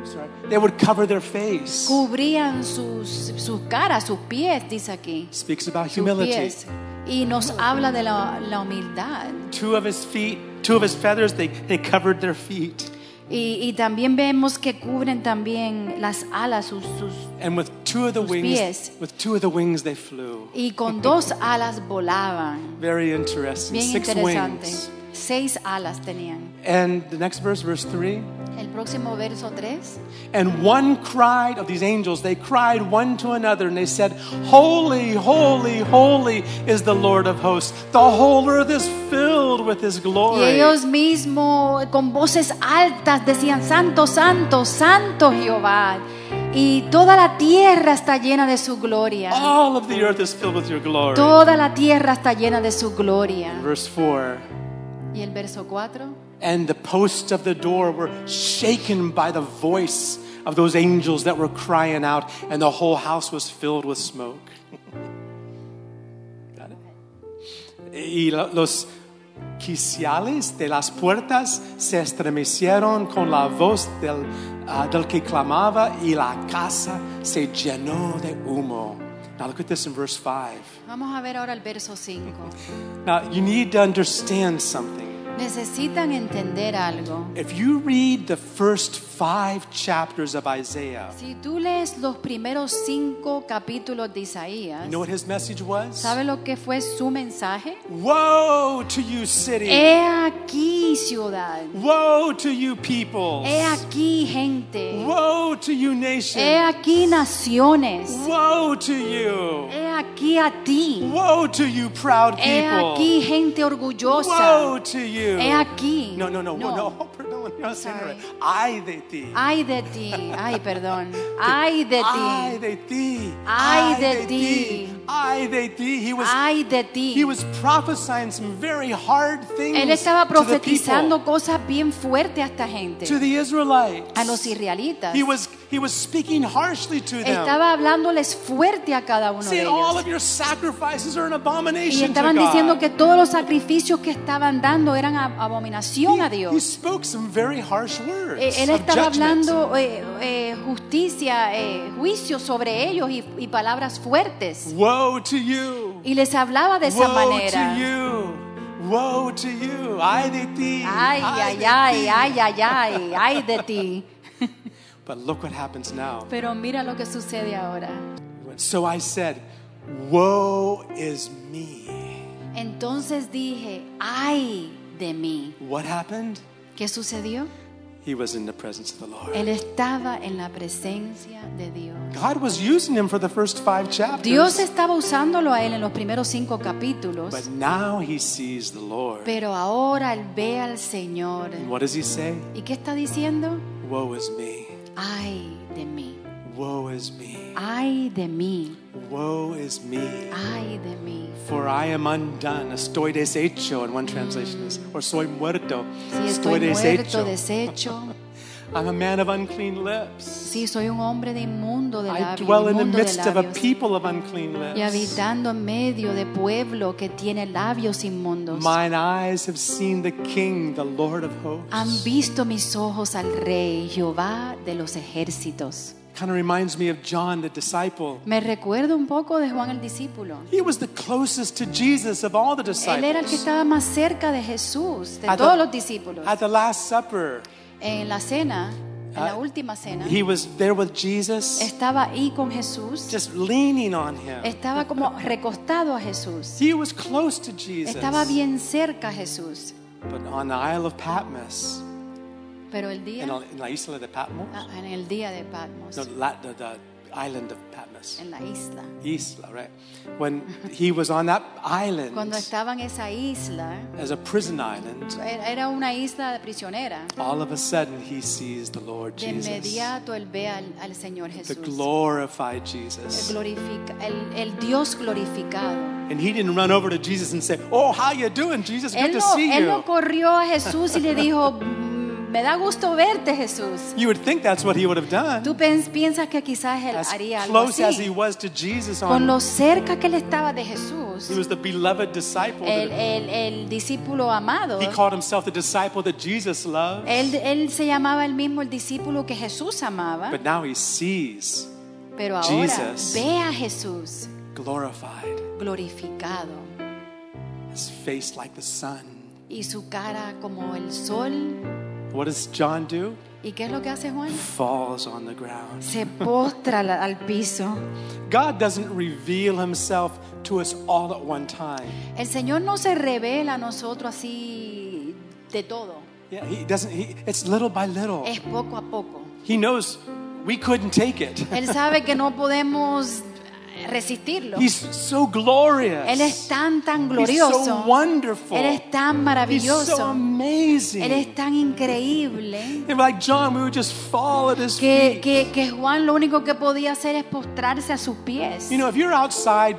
sorry, they would cover their face.
cubrían sus, sus caras, sus pies, dice aquí.
Speaks about
Sus
humility.
pies. Y nos habla de la, la humildad.
Two of his feet, two of his feathers, they, they covered their feet.
Y, y también vemos que cubren también las alas, sus, sus,
And with two of the
Sus
wings,
pies.
with two of the wings they flew.
y con dos alas volaban.
Very interesting.
Bien
Six
interesante.
wings.
Seis alas tenían.
And the next verse, verse 3.
El próximo verso 3.
And one cried of these angels, they cried one to another, and they said, Holy, holy, holy is the Lord of hosts. The whole earth is filled with his
Y
glory.
ellos mismos con voces altas decían, Santo, Santo, Santo Jehová. Y toda la tierra está llena de su gloria.
All of the earth is filled with your glory.
Toda la tierra está llena de su gloria.
Verse 4.
Y el verso 4.
And the posts of the door were shaken by the voice of those angels that were crying out, and the whole house was filled with smoke. Got it? Y lo- los quiciales de las puertas se estremecieron con la voz del, ah, del que clamaba, y la casa se llenó de humo. Now look at this in verse 5.
Vamos a ver ahora el verso 5.
Now you need to understand something.
Necesitan entender algo.
If you read the first five chapters of Isaiah,
Si tú lees los primeros cinco capítulos de Isaías,
you know what his message was?
¿sabe lo que fue su mensaje?
Woe to you, city!
He aquí ciudad,
Woe to you, peoples!
he aquí gente,
Woe to you,
he
nation!
aquí naciones,
Woe to you!
he aquí a ti,
Woe to you, proud
he
people!
aquí gente
Woe
orgullosa,
to you!
he aquí.
No, no, no, no, perdón, no,
Sorry.
señor. Ay de ti!
Ay de ti, ay, perdón, ay de ti,
Ay de ti!
Ay de
Ay de ti!
ti.
Ay de ti! He was
ay de
pues, He
ti.
was prophesying some very hard things
Él estaba
to the people,
profetizando cosas bien fuertes a esta gente,
to the Israelites.
a los israelitas.
He was he was speaking harshly to them.
Estaba hablándoles fuerte a cada uno de
Saying all
ellos.
of your sacrifices are an
Y
abomination to
estaban diciendo
God.
que todos los sacrificios que estaban dando eran ab- abominación a
He, he
Dios.
spoke some very harsh words
Eh, Él
of
estaba
judgment.
hablando eh, eh, justicia, eh, juicio sobre ellos y, y palabras fuertes.
Woe to you.
Y les hablaba de esa
Woe
manera.
to you. Woe to you. Ay de ti.
Ay, ay,
de
ay,
ti.
ay, ay, ay, ay de ti.
But look what happens now.
Pero mira lo que sucede ahora.
So I said, Woe is me.
Entonces dije, ay de mí.
What happened?
¿Qué sucedió?
He was in the presence of the Lord.
Él estaba en la presencia de Dios.
God was using him for the first five chapters.
Dios estaba usándolo a él en los primeros cinco capítulos,
But now he sees the Lord.
pero ahora él ve al Señor.
And what does he say?
¿Y qué está diciendo?
Woe is me.
Ay de mí,
Woe is me.
ay de mí,
Woe is me.
ay de mí.
For I am undone. Estoy deshecho in one translation is. Or soy muerto.
Si estoy muerto, deshecho.
I'm a man of unclean lips.
Sí, soy un hombre de inmundo de
I
labios.
dwell in the
inmundo de
midst of a
labios.
people of unclean
y
lips.
habitando en medio de pueblo que tiene labios inmundos.
Mine eyes have seen the King, the Lord of
Han
hosts.
visto mis ojos al Rey Jehová de los ejércitos.
Kind of reminds me of John the disciple.
Me recuerdo un poco de Juan el discípulo.
He was the closest to Jesus of all the
Él era el que
disciples.
estaba más cerca de Jesús, de
At the-
todos los discípulos.
At the Last Supper,
En la cena, en
Ah,
la última cena,
he was there with Jesus,
estaba ahí con Jesús.
just leaning on him.
Estaba como recostado a Jesús.
He was close to Jesus.
Estaba bien cerca a Jesús.
But on the Isle of Patmos,
Pero el día,
in la en la isla de Patmos,
ah, en el día de Patmos,
no, la, the, the island of Patmos,
en la isla,
isla, right? When he was on that island
cuando estaba en esa isla,
as a prison island,
Era era una isla de prisionera.
All of a sudden, he sees the Lord
De
Jesus,
inmediato él ve al, al Señor
the
Jesús.
glorified
El,
Jesus.
glorifica- el- el Dios glorificado.
And he didn't run over to Jesus and say, "Oh, how you doing, Jesus? Good
Él
to
no,
see
él no
you."
corrió a Jesús y le dijo, "Mm, me da gusto verte Jesús.
You would think that's what he would have done.
Tú pens- piensas que quizás él
As
haría algo
close as he
así.
was to Jesus,
Con lo
on
cerca que él estaba de Jesús,
he was the beloved disciple.
el,
that-
el- el discípulo amado,
He called himself the disciple that Jesus loved.
él, él se llamaba el mismo el discípulo que Jesús amaba,
But now he sees
pero ahora
Jesus.
ve a Jesús
glorified,
glorificado.
his face like the sun.
y su cara como el sol.
What does John do?
¿Y qué es lo que hace Juan?
Falls on the ground.
Se postra la- al piso.
God doesn't reveal himself to us all at one time.
El Señor no se revela a nosotros así de todo.
Yeah, he doesn't he, it's little by little.
Es poco a poco.
He knows we couldn't take it.
Él sabe que no podemos resistirlo.
He's so glorious.
Él es tan, tan
He's so
glorioso.
wonderful.
Él es tan
He's so
maravilloso.
amazing.
Él es tan increíble.
And like John, we would just fall at his
Que,
feet.
que, que Juan lo único que podía hacer es postrarse a sus pies.
You know, if you're outside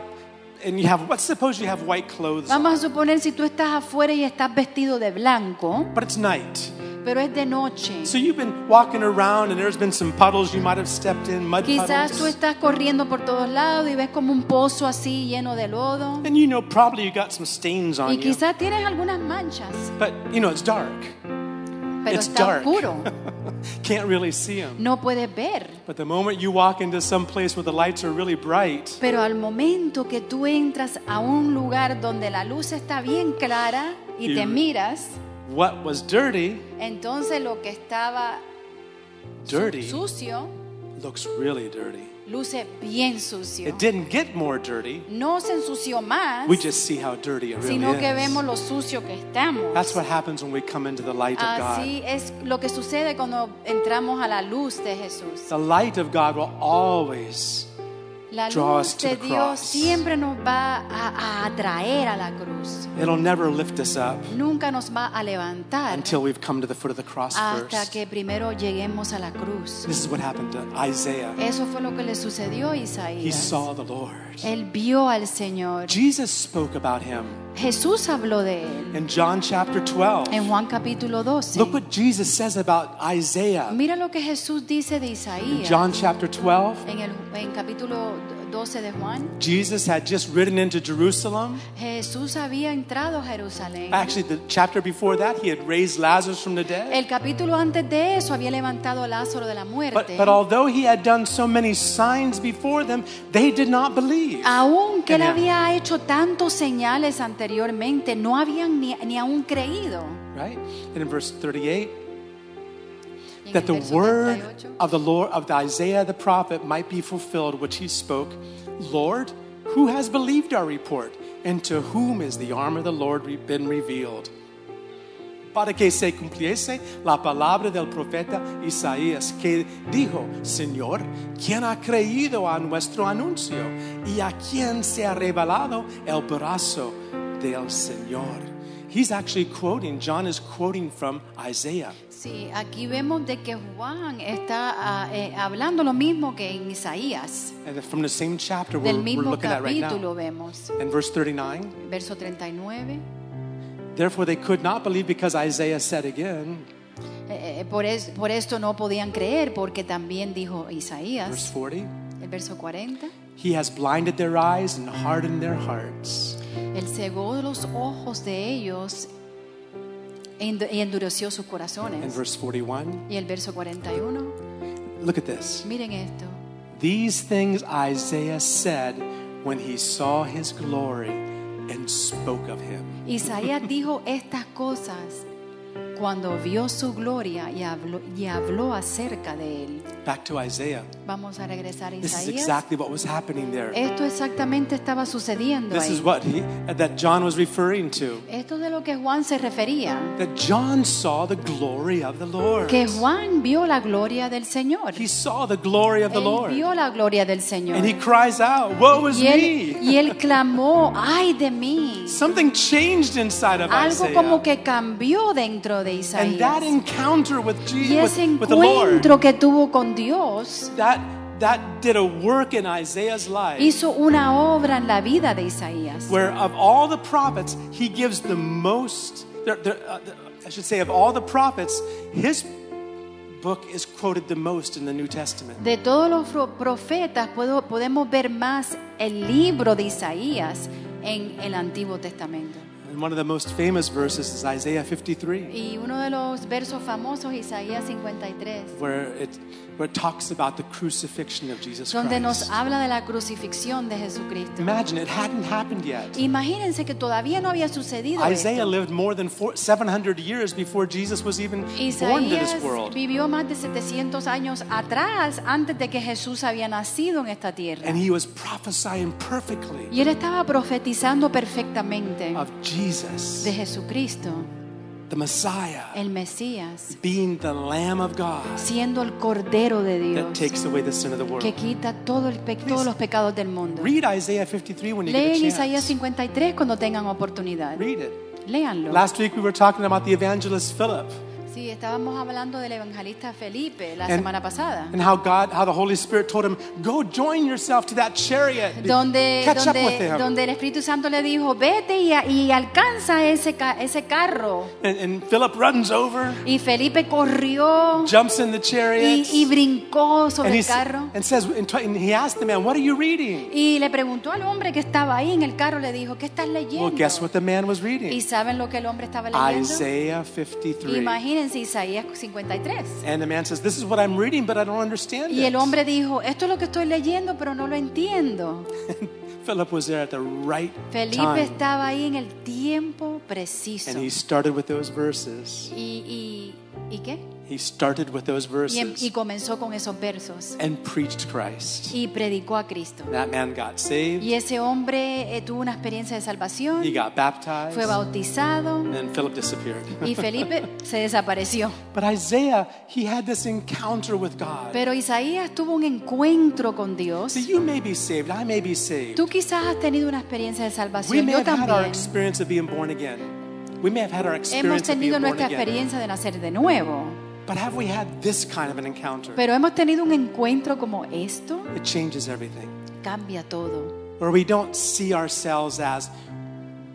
and you have let's suppose you have white clothes, on,
Vamos a suponer si tú estás afuera y estás vestido de blanco.
but it's night.
pero es de noche.
So you've been walking around and there's been some puddles you might have stepped in, mud
Quizás tú
puddles.
estás corriendo por todos lados y ves como un pozo así lleno de lodo.
And you know probably you got some stains on
Y
you.
quizás tienes algunas manchas,
But you know it's dark.
pero
it's
está
dark.
oscuro.
Can't really see them.
No puedes ver.
But the moment you walk into some place where the lights are really bright,
Pero al momento que tú entras a un lugar donde la luz está bien clara y te
Y-
miras,
what was dirty,
entonces lo que estaba
dirty,
sucio
looks really dirty.
luce bien sucio.
It didn't get more dirty.
No se ensució más,
We just see how dirty it really
sino que
is.
vemos lo sucio que estamos.
That's what happens when we come into the light
Ah,
of God.
Así es lo que sucede cuando entramos a la luz de Jesús.
The light of God will always
La
Draw us
luz
to
de
the
Dios
cross.
siempre nos va a, a atraer a la cruz.
it'll never lift us up
Nunca nos va a levantar
until we've come to the foot of the cross
hasta
first.
que primero lleguemos a la cruz.
This is what happened to Isaiah.
Eso fue lo que le sucedió a
He
Isaías.
saw the Lord.
Él vio al Señor.
Jesus spoke about him.
Jesús habló de él
In John chapter 12,
en Juan capítulo 12.
look what Jesus says about Isaiah.
Mira lo que Jesús dice de
In
Isaías
John chapter 12,
en el en capítulo 12 de Juan.
Jesus had just ridden into Jerusalem.
Jesús había entrado a Jerusalén.
Actually, the chapter before that, he had raised Lazarus from the dead.
El capítulo antes de eso había levantado a Lázaro de la
But,
muerte.
but although he had done so many signs before them, they did not believe.
Ah. Aún que él
Genial.
había hecho tantos señales anteriormente, no habían ni, ni aún creído.
Right? And in verse 38,
Y en
that
el
the
verso
word
38,
of the Lord of Isaiah the prophet might be fulfilled, which he spoke, Lord, who has believed our report, and to whom is the arm of the Lord re- been revealed? Para que se cumpliese la palabra del profeta Isaías, que dijo, Señor, ¿quién ha creído a nuestro anuncio? ¿Y a quién se ha revelado el brazo del Señor? He's actually quoting, John is quoting from Isaiah.
Sí, aquí vemos de que Juan está ah, eh, hablando lo mismo que en Isaías.
And from the same chapter we're,
Del
we're
mismo
looking at right
capítulo
now.
vemos,
In verse 39,
verso 39.
therefore they could not believe because Isaiah said again,
Eh, eh, por, es- por esto no podían creer, porque también dijo
verse
Isaías,
40,
el verso 40,
he has blinded their eyes and hardened their hearts.
Él cegó los ojos de ellos e endu- y endureció sus
And
corazones.
verse 41,
Y el verso 41,
look at this.
miren esto.
These things Isaiah said when he saw his glory and spoke of him.
Isaías dijo estas cosas cuando vio su gloria y habló, y habló acerca de él.
Back to Isaiah.
Vamos a regresar a
This is
Isaías.
exactly what was happening there.
Esto exactamente estaba sucediendo
This is
ahí.
what he, that John was referring to.
Esto de lo que Juan se refería.
That John saw the glory of the Lord.
Que Juan vio la gloria del Señor.
He saw the glory of the
Él
Lord.
vio la gloria del Señor.
And he cries out, Woe is
Y él,
me!
y él clamó, ay de mí.
Something changed inside of
Algo como
Isaiah.
que cambió dentro de
And that
Isaías.
encounter with
Y
Jesus,
ese
with, with the Lord,
encuentro que tuvo con Dios
that, that did a work in Isaiah's life
hizo una obra en la vida de Isaías.
where, of all the prophets, he gives the most, there- there- uh, the- I should say, of all the prophets, his book is quoted the most in the New Testament.
De todos los fro- profetas puedo- podemos ver más el libro de Isaías en el Antiguo Testamento.
And one of the most famous verses is Isaiah 53,
Y uno de los versos famosos, Isaías 53,
where it, where it talks about the crucifixion of Jesus
donde nos
Christ.
habla de la crucifixión de Jesucristo.
Imagine it hadn't happened yet.
Imagínense que todavía no había sucedido
Isaiah
esto.
lived more than four, 700 years before Jesus was even born to this
Isaías
world.
vivió más de 700 años atrás antes de que Jesús había nacido en esta tierra.
And he was prophesying perfectly
Y él estaba profetizando perfectamente
of Jesus,
de Jesucristo,
the Messiah,
el Mesías,
being the Lamb of God
siendo el Cordero de
that
Dios
takes away the sin of the world.
que quita todo el pe- todos los pecados del mundo.
Read Isaiah 53 when you
Leen
get a
Isaías
chance.
53 cuando tengan oportunidad.
Read it.
Léanlo.
Last week we were talking about the evangelist Philip
Sí, estábamos hablando del evangelista Felipe la
And-
semana pasada.
and how God, how the Holy Spirit told him, "Go join yourself to that chariot,
donde,
catch up with
donde,
him."
donde el Espíritu Santo le dijo, vete y, y alcanza ese, ca- ese carro.
And, and Philip runs over,
Y Felipe corrió
jumps in the
y,
chariot.
y brincó sobre
and,
el
he, s-
carro.
and says and, t- and he asked the man what are you reading
Y le preguntó al hombre que estaba ahí en el carro, le dijo, ¿qué estás
well
leyendo?
guess what the man was
¿Y
reading
saben lo que el hombre estaba leyendo?
isaiah 53
Imagínense Isaías 53.
and the man says this is what i'm reading but i don't understand
Y el
it
hombre dijo, esto es lo que estoy leyendo, pero no lo entiendo.
philip was there at the right time
Felipe estaba ahí en el tiempo preciso.
and he started with those verses
¿Y, y, ¿y qué?
he started with those
Y, em-
verses
y comenzó con esos versos.
and preached christ
y predicó a Cristo.
that man got saved
Y ese hombre eh, tuvo una experiencia de salvación,
he got baptized
fue bautizado
and then philip disappeared
y Felipe se desapareció.
but isaiah he had this encounter with god
Pero Isaías tuvo un encuentro con Dios.
so you may be saved i may be saved
Tú quizás has tenido una experiencia de
We
salvación,
may
yo
have had our
también.
experience of being born again. We may have had our
Hemos
experience of being
tenido
born
nuestra
again.
experiencia de nacer de nuevo,
But have we had this kind of an encounter?
pero hemos tenido un encuentro como esto,
It changes everything.
cambia todo.
Where we don't see ourselves as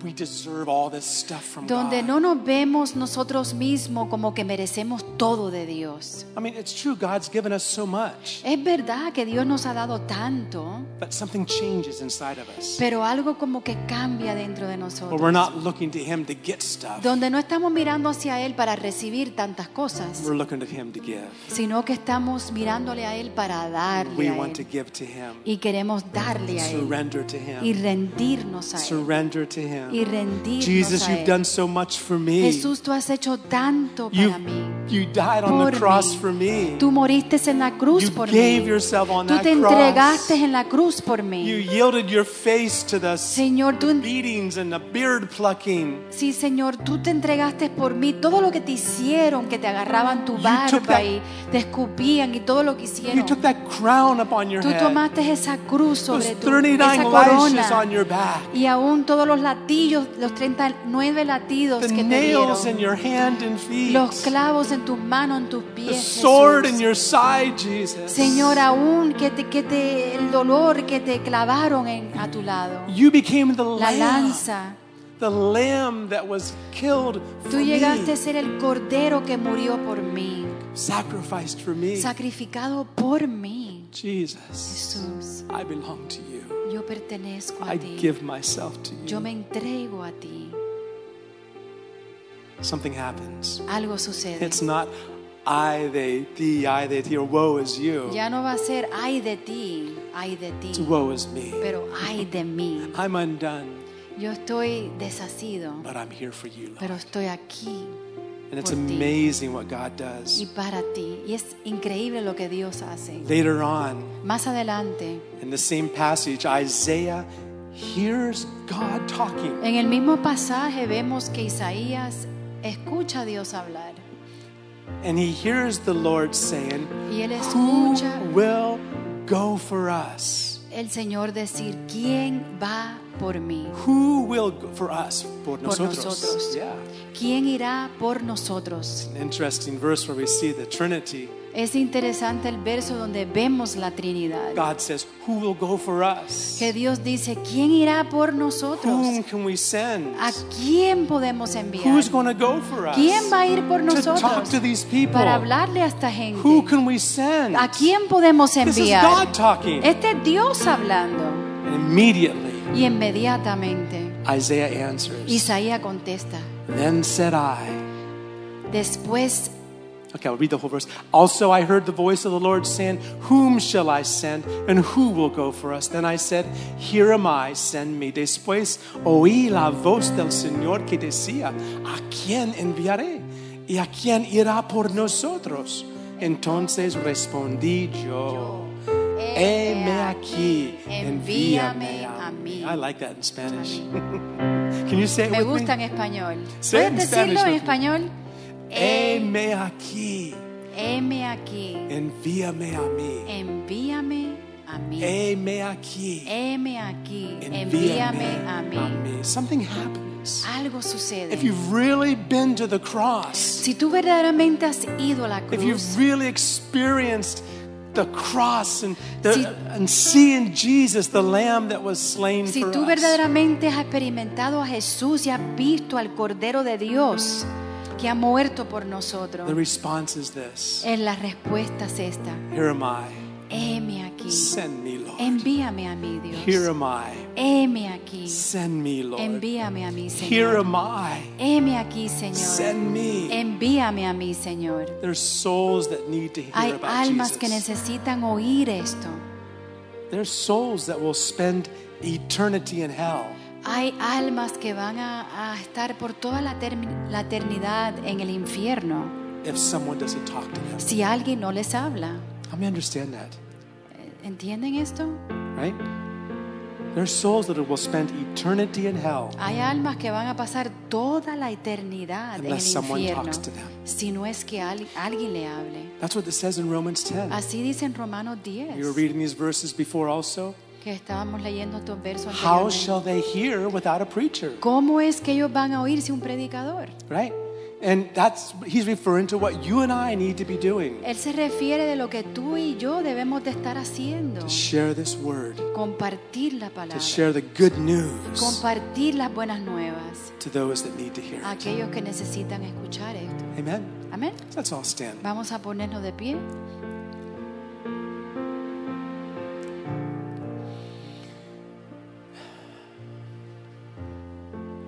we deserve all this stuff from
donde
God.
no nos vemos nosotros mismos como que merecemos todo de Dios.
I mean, it's true, God's given us so much,
Es verdad que Dios nos ha dado tanto,
but something changes inside of us.
pero algo como que cambia dentro de
But
nosotros.
we're not looking to Him to get stuff,
Donde no estamos mirando hacia Él para recibir tantas cosas,
we're looking to Him to give.
sino que estamos mirándole a Él para darle
We
a
want to
Él.
give to Him,
Y queremos darle a Él
surrender to
y
Him,
rendirnos a Él.
surrender to Him.
Y rendirnos
Jesus,
a
you've
Él.
done so much for me.
Jesús, tú has hecho tanto
You,
para mí.
you died on
Por
the cross
mí.
for me.
Tú moriste en la cruz
You
por
gave
mí.
yourself on
Tú
that
te
cross.
entregaste en la cruz por mí.
You yielded your face to the
Señor, tú,
beatings and the beard plucking.
sí, Señor, tú te entregaste por mí. Todo lo que te hicieron, que te agarraban tu
You
barba
took that-
y te escupían y todo lo que
You
hicieron.
took that crown upon your
Tú
head.
tomaste esa cruz
Those
sobre tu esa
39 lashes on
corona
your back.
y aún todos los latidos, los 39 latidos
The
que te dieron,
nails in your hand and feet.
los clavos en tus manos, en tus
The
pies,
sword
Jesús.
in your side, Jesus.
Señor, aún que te, que te, el dolor que te clavaron en- a tu lado,
You became the
la
lamb.
lanza.
The lamb that was killed for
Tú llegaste a
me.
ser el cordero que murió por mí,
Sacrificed for me.
sacrificado por mí.
Jesus,
Jesús,
I belong to you.
yo pertenezco a
I
ti.
give myself to you.
Yo me entrego a ti.
Something happens.
Algo sucede.
It's not I, they, thee, I, they, thee, or woe is you.
Ya no va a ser ay de ti, ay de ti,
It's woe is me.
pero ay de mí.
I'm undone,
Yo estoy deshacido,
but I'm here for you, Lord.
pero estoy aquí
And it's
por ti.
amazing what God
y
does.
para ti. Y es increíble lo que Dios hace.
Later on,
Más adelante,
in the same passage, Isaiah hears God talking.
en el mismo pasaje vemos que Isaías escucha a Dios hablar
And he hears the Lord saying,
y él
Who
escucha
will go for us?
el Señor decir, ¿quién va por mí?
Who will go for us? Por nosotros.
nosotros.
Yeah.
¿Quién irá por nosotros?
An interesting verse where we see the Trinity.
Es interesante el verso donde vemos la Trinidad.
God says, Who will go for us?
que Dios dice, ¿quién irá por nosotros?
Whom can we send?
¿A quién podemos enviar?
Who's going to go for us?
¿Quién va a ir por
to talk
nosotros
to these people?
para hablarle a esta
Who
gente?
can we send?
¿A quién podemos
This is God
enviar?
talking.
Este es Dios hablando.
And immediately
Y inmediatamente
Isaiah answers.
Isaías contesta.
Then said I,
Después,
Okay, I'll read the whole verse. Also, I heard the voice of the Lord saying, Whom shall I send, and who will go for us? Then I said, Here am I, send me. Después oí la voz del Señor que decía, ¿A quién enviaré? ¿Y a quién irá por nosotros? Entonces respondí yo, Heme aquí, envíame a mí. I like that in Spanish. Can you say it
me
with
gusta en
me?
español.
Say it in
¿Puedes decirlo
Spanish
en
with me.
español?
Heme aquí,
Heme aquí,
envíame a mí.
envíame a mí.
Heme aquí.
Heme aquí, envíame a mí.
Something happens.
Algo sucede.
If you've really been to the cross,
si tú verdaderamente has ido a la
if
cruz,
you've really experienced the cross and, the,
Si-
and seeing Jesus, the lamb that was slain
si
for
tú
us,
verdaderamente has experimentado a Jesús y has visto al Cordero de Dios que ha muerto por
the
nosotros,
response is this
en la respuesta es esta.
Here am I,
Heme aquí,
send me, Lord.
envíame a mí,
Here
Dios.
am I,
Heme aquí,
send me, Lord.
envíame a mí,
Here
Señor.
am I,
Heme aquí, Señor.
send me.
Envíame a mí, Señor.
There's souls that need to hear
Hay
about
almas que
Jesus.
necesitan oír esto.
There's souls that will spend eternity in hell.
Hay almas que van a, a estar por toda la, termi- la eternidad en el infierno
if someone doesn't talk to them.
si alguien no les habla.
Help me understand that,
¿Entienden esto?
right? There's souls that will spend eternity in hell
Hay almas que van a pasar toda la eternidad en el
unless someone
infierno
talks to them.
si no es que al- alguien le hable.
That's what it says in Romans 10.
Así dice en Romanos
We were
10,
reading these verses before also.
que estábamos leyendo estos versos.
How
anteriormente.
shall they hear without a preacher,
¿Cómo es que ellos van a oír si un predicador?
right? And that's he's referring to what you and I need to be doing.
Él se refiere de lo que tú y yo debemos de estar haciendo.
To share this word,
Compartir la
to
palabra.
share the good news
Compartir las buenas nuevas
to those that need to hear
a
it.
aquellos que necesitan escuchar esto.
Amen.
Amén.
Let's all stand.
Vamos a ponernos de pie.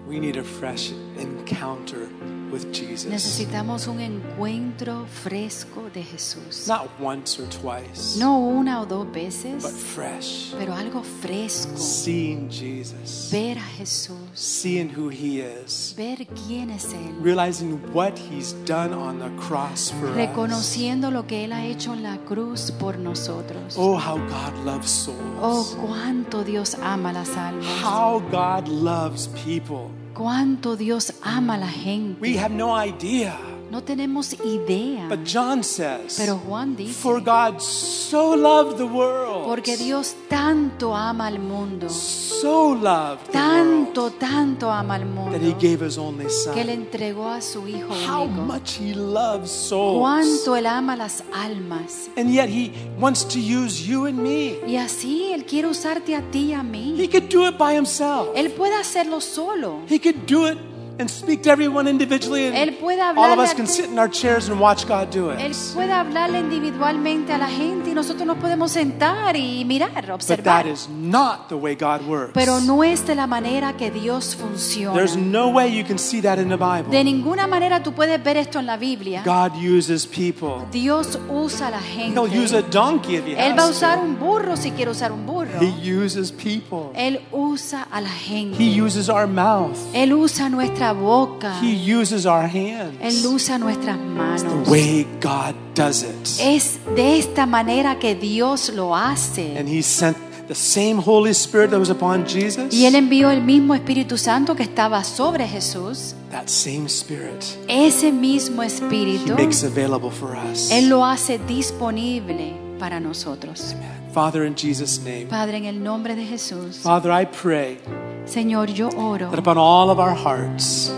We need a fresh encounter with Jesus.
Necesitamos un encuentro fresco de Jesús.
Not once or twice,
No una o dos
but
veces,
fresh.
pero algo fresco.
Seeing Jesus,
Ver a Jesús,
seeing who he is,
ver quién es Él,
realizing what he's done on the cross for us.
reconociendo lo que Él ha hecho en la cruz por nosotros.
Oh, how God loves
Oh,
souls.
cuánto Dios ama las almas.
How God loves people.
Cuánto Dios ama a la
We
gente.
have no idea.
No tenemos idea.
But John says,
Pero Juan dice,
For God so loved the world.
porque Dios tanto ama al mundo,
so loved the
tanto,
world
tanto ama al mundo,
that he gave his only son.
que le entregó a su Hijo
How
único.
much he loves souls.
Cuánto Él ama las almas.
And yet he wants to use you and me.
Y así Él quiere usarte a ti y a
He
mí.
could do it by himself.
Él puede hacerlo solo.
He could do it and speak to everyone individually, and
Él puede
all of
hablarle
us
a
can
ti-
sit in our chairs and watch God do it.
Él puede hablarle individualmente a la gente y nosotros nos podemos sentar y mirar,
But that
observar.
is not the way God works.
Pero no es de la manera que Dios funciona.
There's no way you can see that in the Bible.
De ninguna manera tú puedes ver esto en la Biblia.
God uses people.
Dios usa a la gente.
He'll use a donkey if he
Él va a
has
usar
to.
un burro si quiere usar un burro.
He uses people.
Él usa a la gente.
He uses our mouth.
Él usa nuestra boca.
He uses our
Él
hands.
usa nuestras
The
manos.
way God does it.
Es de esta manera que Dios lo hace.
And he sent the same Holy Spirit that was upon Jesus.
Y Él envió el mismo Espíritu Santo que estaba sobre Jesús.
That same Spirit
Ese mismo
he
Espíritu,
makes available for us.
Él lo hace disponible para nosotros.
Father, in Jesus' name.
Padre, en el nombre de Jesús,
Father, I pray
Señor, yo oro
that upon all of our hearts,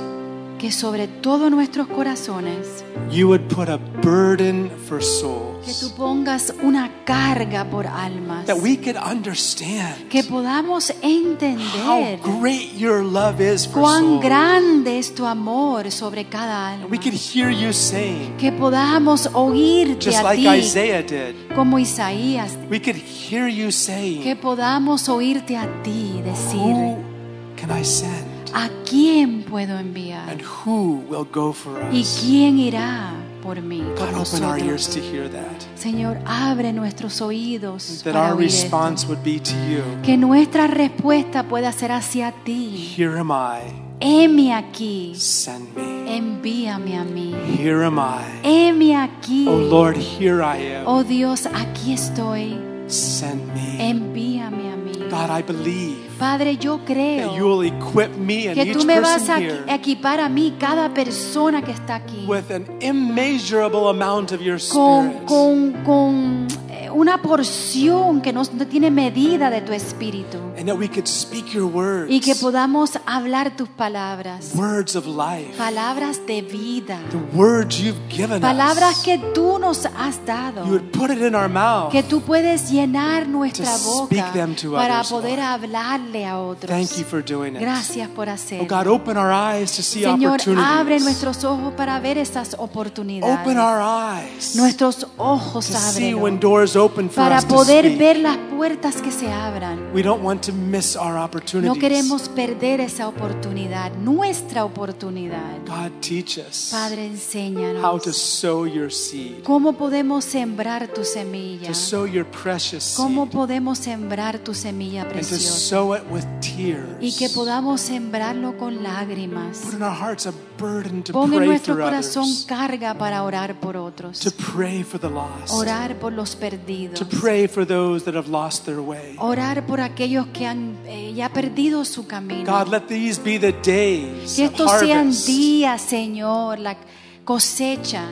que sobre todos nuestros corazones,
you would put a burden for
que tú
souls.
pongas una carga por almas,
That we could understand
que podamos
how
entender
great your love is for
cuán
souls.
grande es tu amor sobre cada alma,
We could hear you saying,
que podamos oírte
just
a
like
ti
Isaiah did,
como Isaías,
we could hear you
que
saying,
podamos oírte a ti decir,
Who can I send?
¿a quién puedo enviar?
And who will go for
¿Y
us?
quién irá por mí? Por
God, open our ears
nosotros.
to hear that.
Señor, abre nuestros oídos
That
para
our
oír esto.
response would be to you,
Que nuestra respuesta pueda ser hacia ti.
Here am I,
Heme aquí.
send me.
Envíame a mí.
Here am I.
Heme aquí.
Oh Lord, here I am,
Oh Dios, aquí estoy.
send me.
Envíame a mí.
God, I believe
Padre, yo
that you
creo
will equip me and
que
each
tú me vas a
person
equi-
here
equipar a mí, cada persona que está aquí,
with an immeasurable amount of your
con,
spirit.
con, con eh, una porción que no, no tiene medida de tu espíritu.
And that we could speak your words.
Y que podamos hablar tus palabras.
words of life,
Palabras de vida.
the words you've given
Palabras
us.
que tú nos has dado,
you would put it in our mouth.
que tú puedes llenar nuestra
To
boca
speak them to
para
others,
poder
Lord.
hablarle a otros.
Thank you for doing it.
Gracias por
Oh
hacerlo.
God, open our eyes to see
Señor,
opportunities.
abre nuestros ojos para ver esas oportunidades.
open our eyes
nuestros ojos
to see
ábrelo
when doors open for
para
us to
poder
speak.
ver las puertas que se abran.
We don't want to miss our opportunities.
No queremos perder esa oportunidad, nuestra oportunidad.
God, teach us
Padre,
how to
enséñanos
sow your seed,
cómo podemos sembrar tu
to
semilla.
sow your precious
¿Cómo
seed,
podemos sembrar tu semilla
and to
preciosa?
sow it with tears.
Y que podamos sembrarlo con lágrimas.
Put in our hearts a burden to
Pon en
pray
nuestro
for
corazón
others,
carga para orar por
to
otros,
pray for the lost.
orar por los perdidos,
to pray for those that have lost their way.
orar por aquellos que han eh, ya perdido su camino.
God, let these be the days
Que
of
estos sean
harvest.
días, Señor, la cosecha,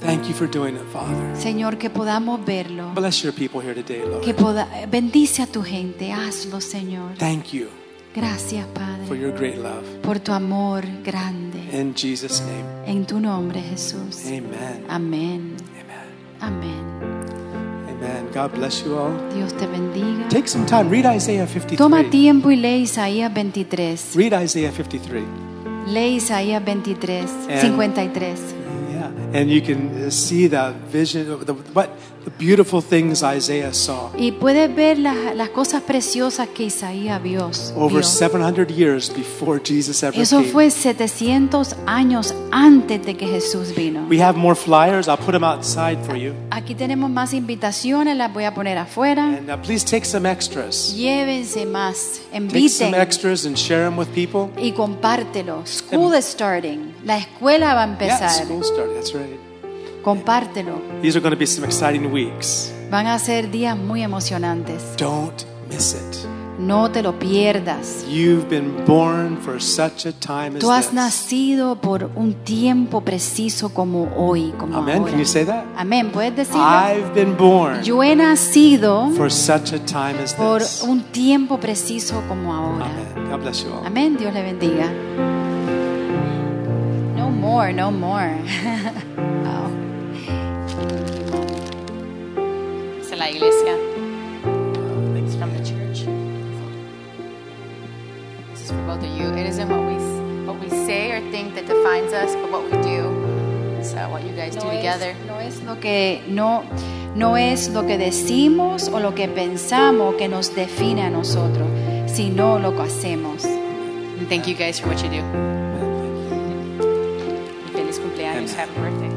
Thank you for doing it, Father.
Señor, que podamos verlo.
Bless your people here today, Lord.
Que poda- bendice a tu gente, hazlo, Señor.
Thank you
Gracias,
for
Padre,
your great love.
por tu amor grande.
In Jesus' name,
En tu nombre, Jesús.
amen.
Amén.
Amen.
Amén.
Amen. God bless you all.
Dios te bendiga.
Take some time. Read Isaiah
Toma
53.
tiempo y lee Isaías 23.
Read Isaiah 53.
Lee Isaías 23,
And-
53.
Yeah. And you can uh, see the vision of the, what the beautiful things Isaiah saw.
Y puedes ver las, las cosas preciosas que Isaías vio. vio.
Over 700 years before Jesus ever
Eso
came.
fue 700 años antes de que Jesús vino.
We have more flyers. I'll put them outside for you.
Aquí tenemos más invitaciones, las voy a poner afuera.
And uh, please take some extras.
Llévense más,
Take some
inviten
extras and share them with people.
y compártelo. School is starting, la escuela va a
Yeah,
empezar.
school started. That's right.
Compártelo.
These are going to be some exciting weeks.
Van a ser días muy emocionantes.
Don't miss it.
No te lo pierdas.
You've been born for such a time as
Tú has
this.
nacido por un tiempo preciso como hoy, como
Amen.
ahora.
Can you say Ah. that?
Amén. Puedes decirlo.
I've been born
Yo he nacido
for such a time as
por
this.
un tiempo preciso como ahora.
Amen. God bless you all.
Amén. Dios le bendiga. No more, no more.
Es la iglesia.
Thanks from the church.
This is for both of you. It isn't what we what we say or think that defines us, but what we do. So what you guys do
No
together.
es, no es lo que no no es lo que decimos o lo que pensamos que nos define a nosotros, sino lo que hacemos.
And thank you guys for what you do. Feliz cumpleaños. Happy birthday.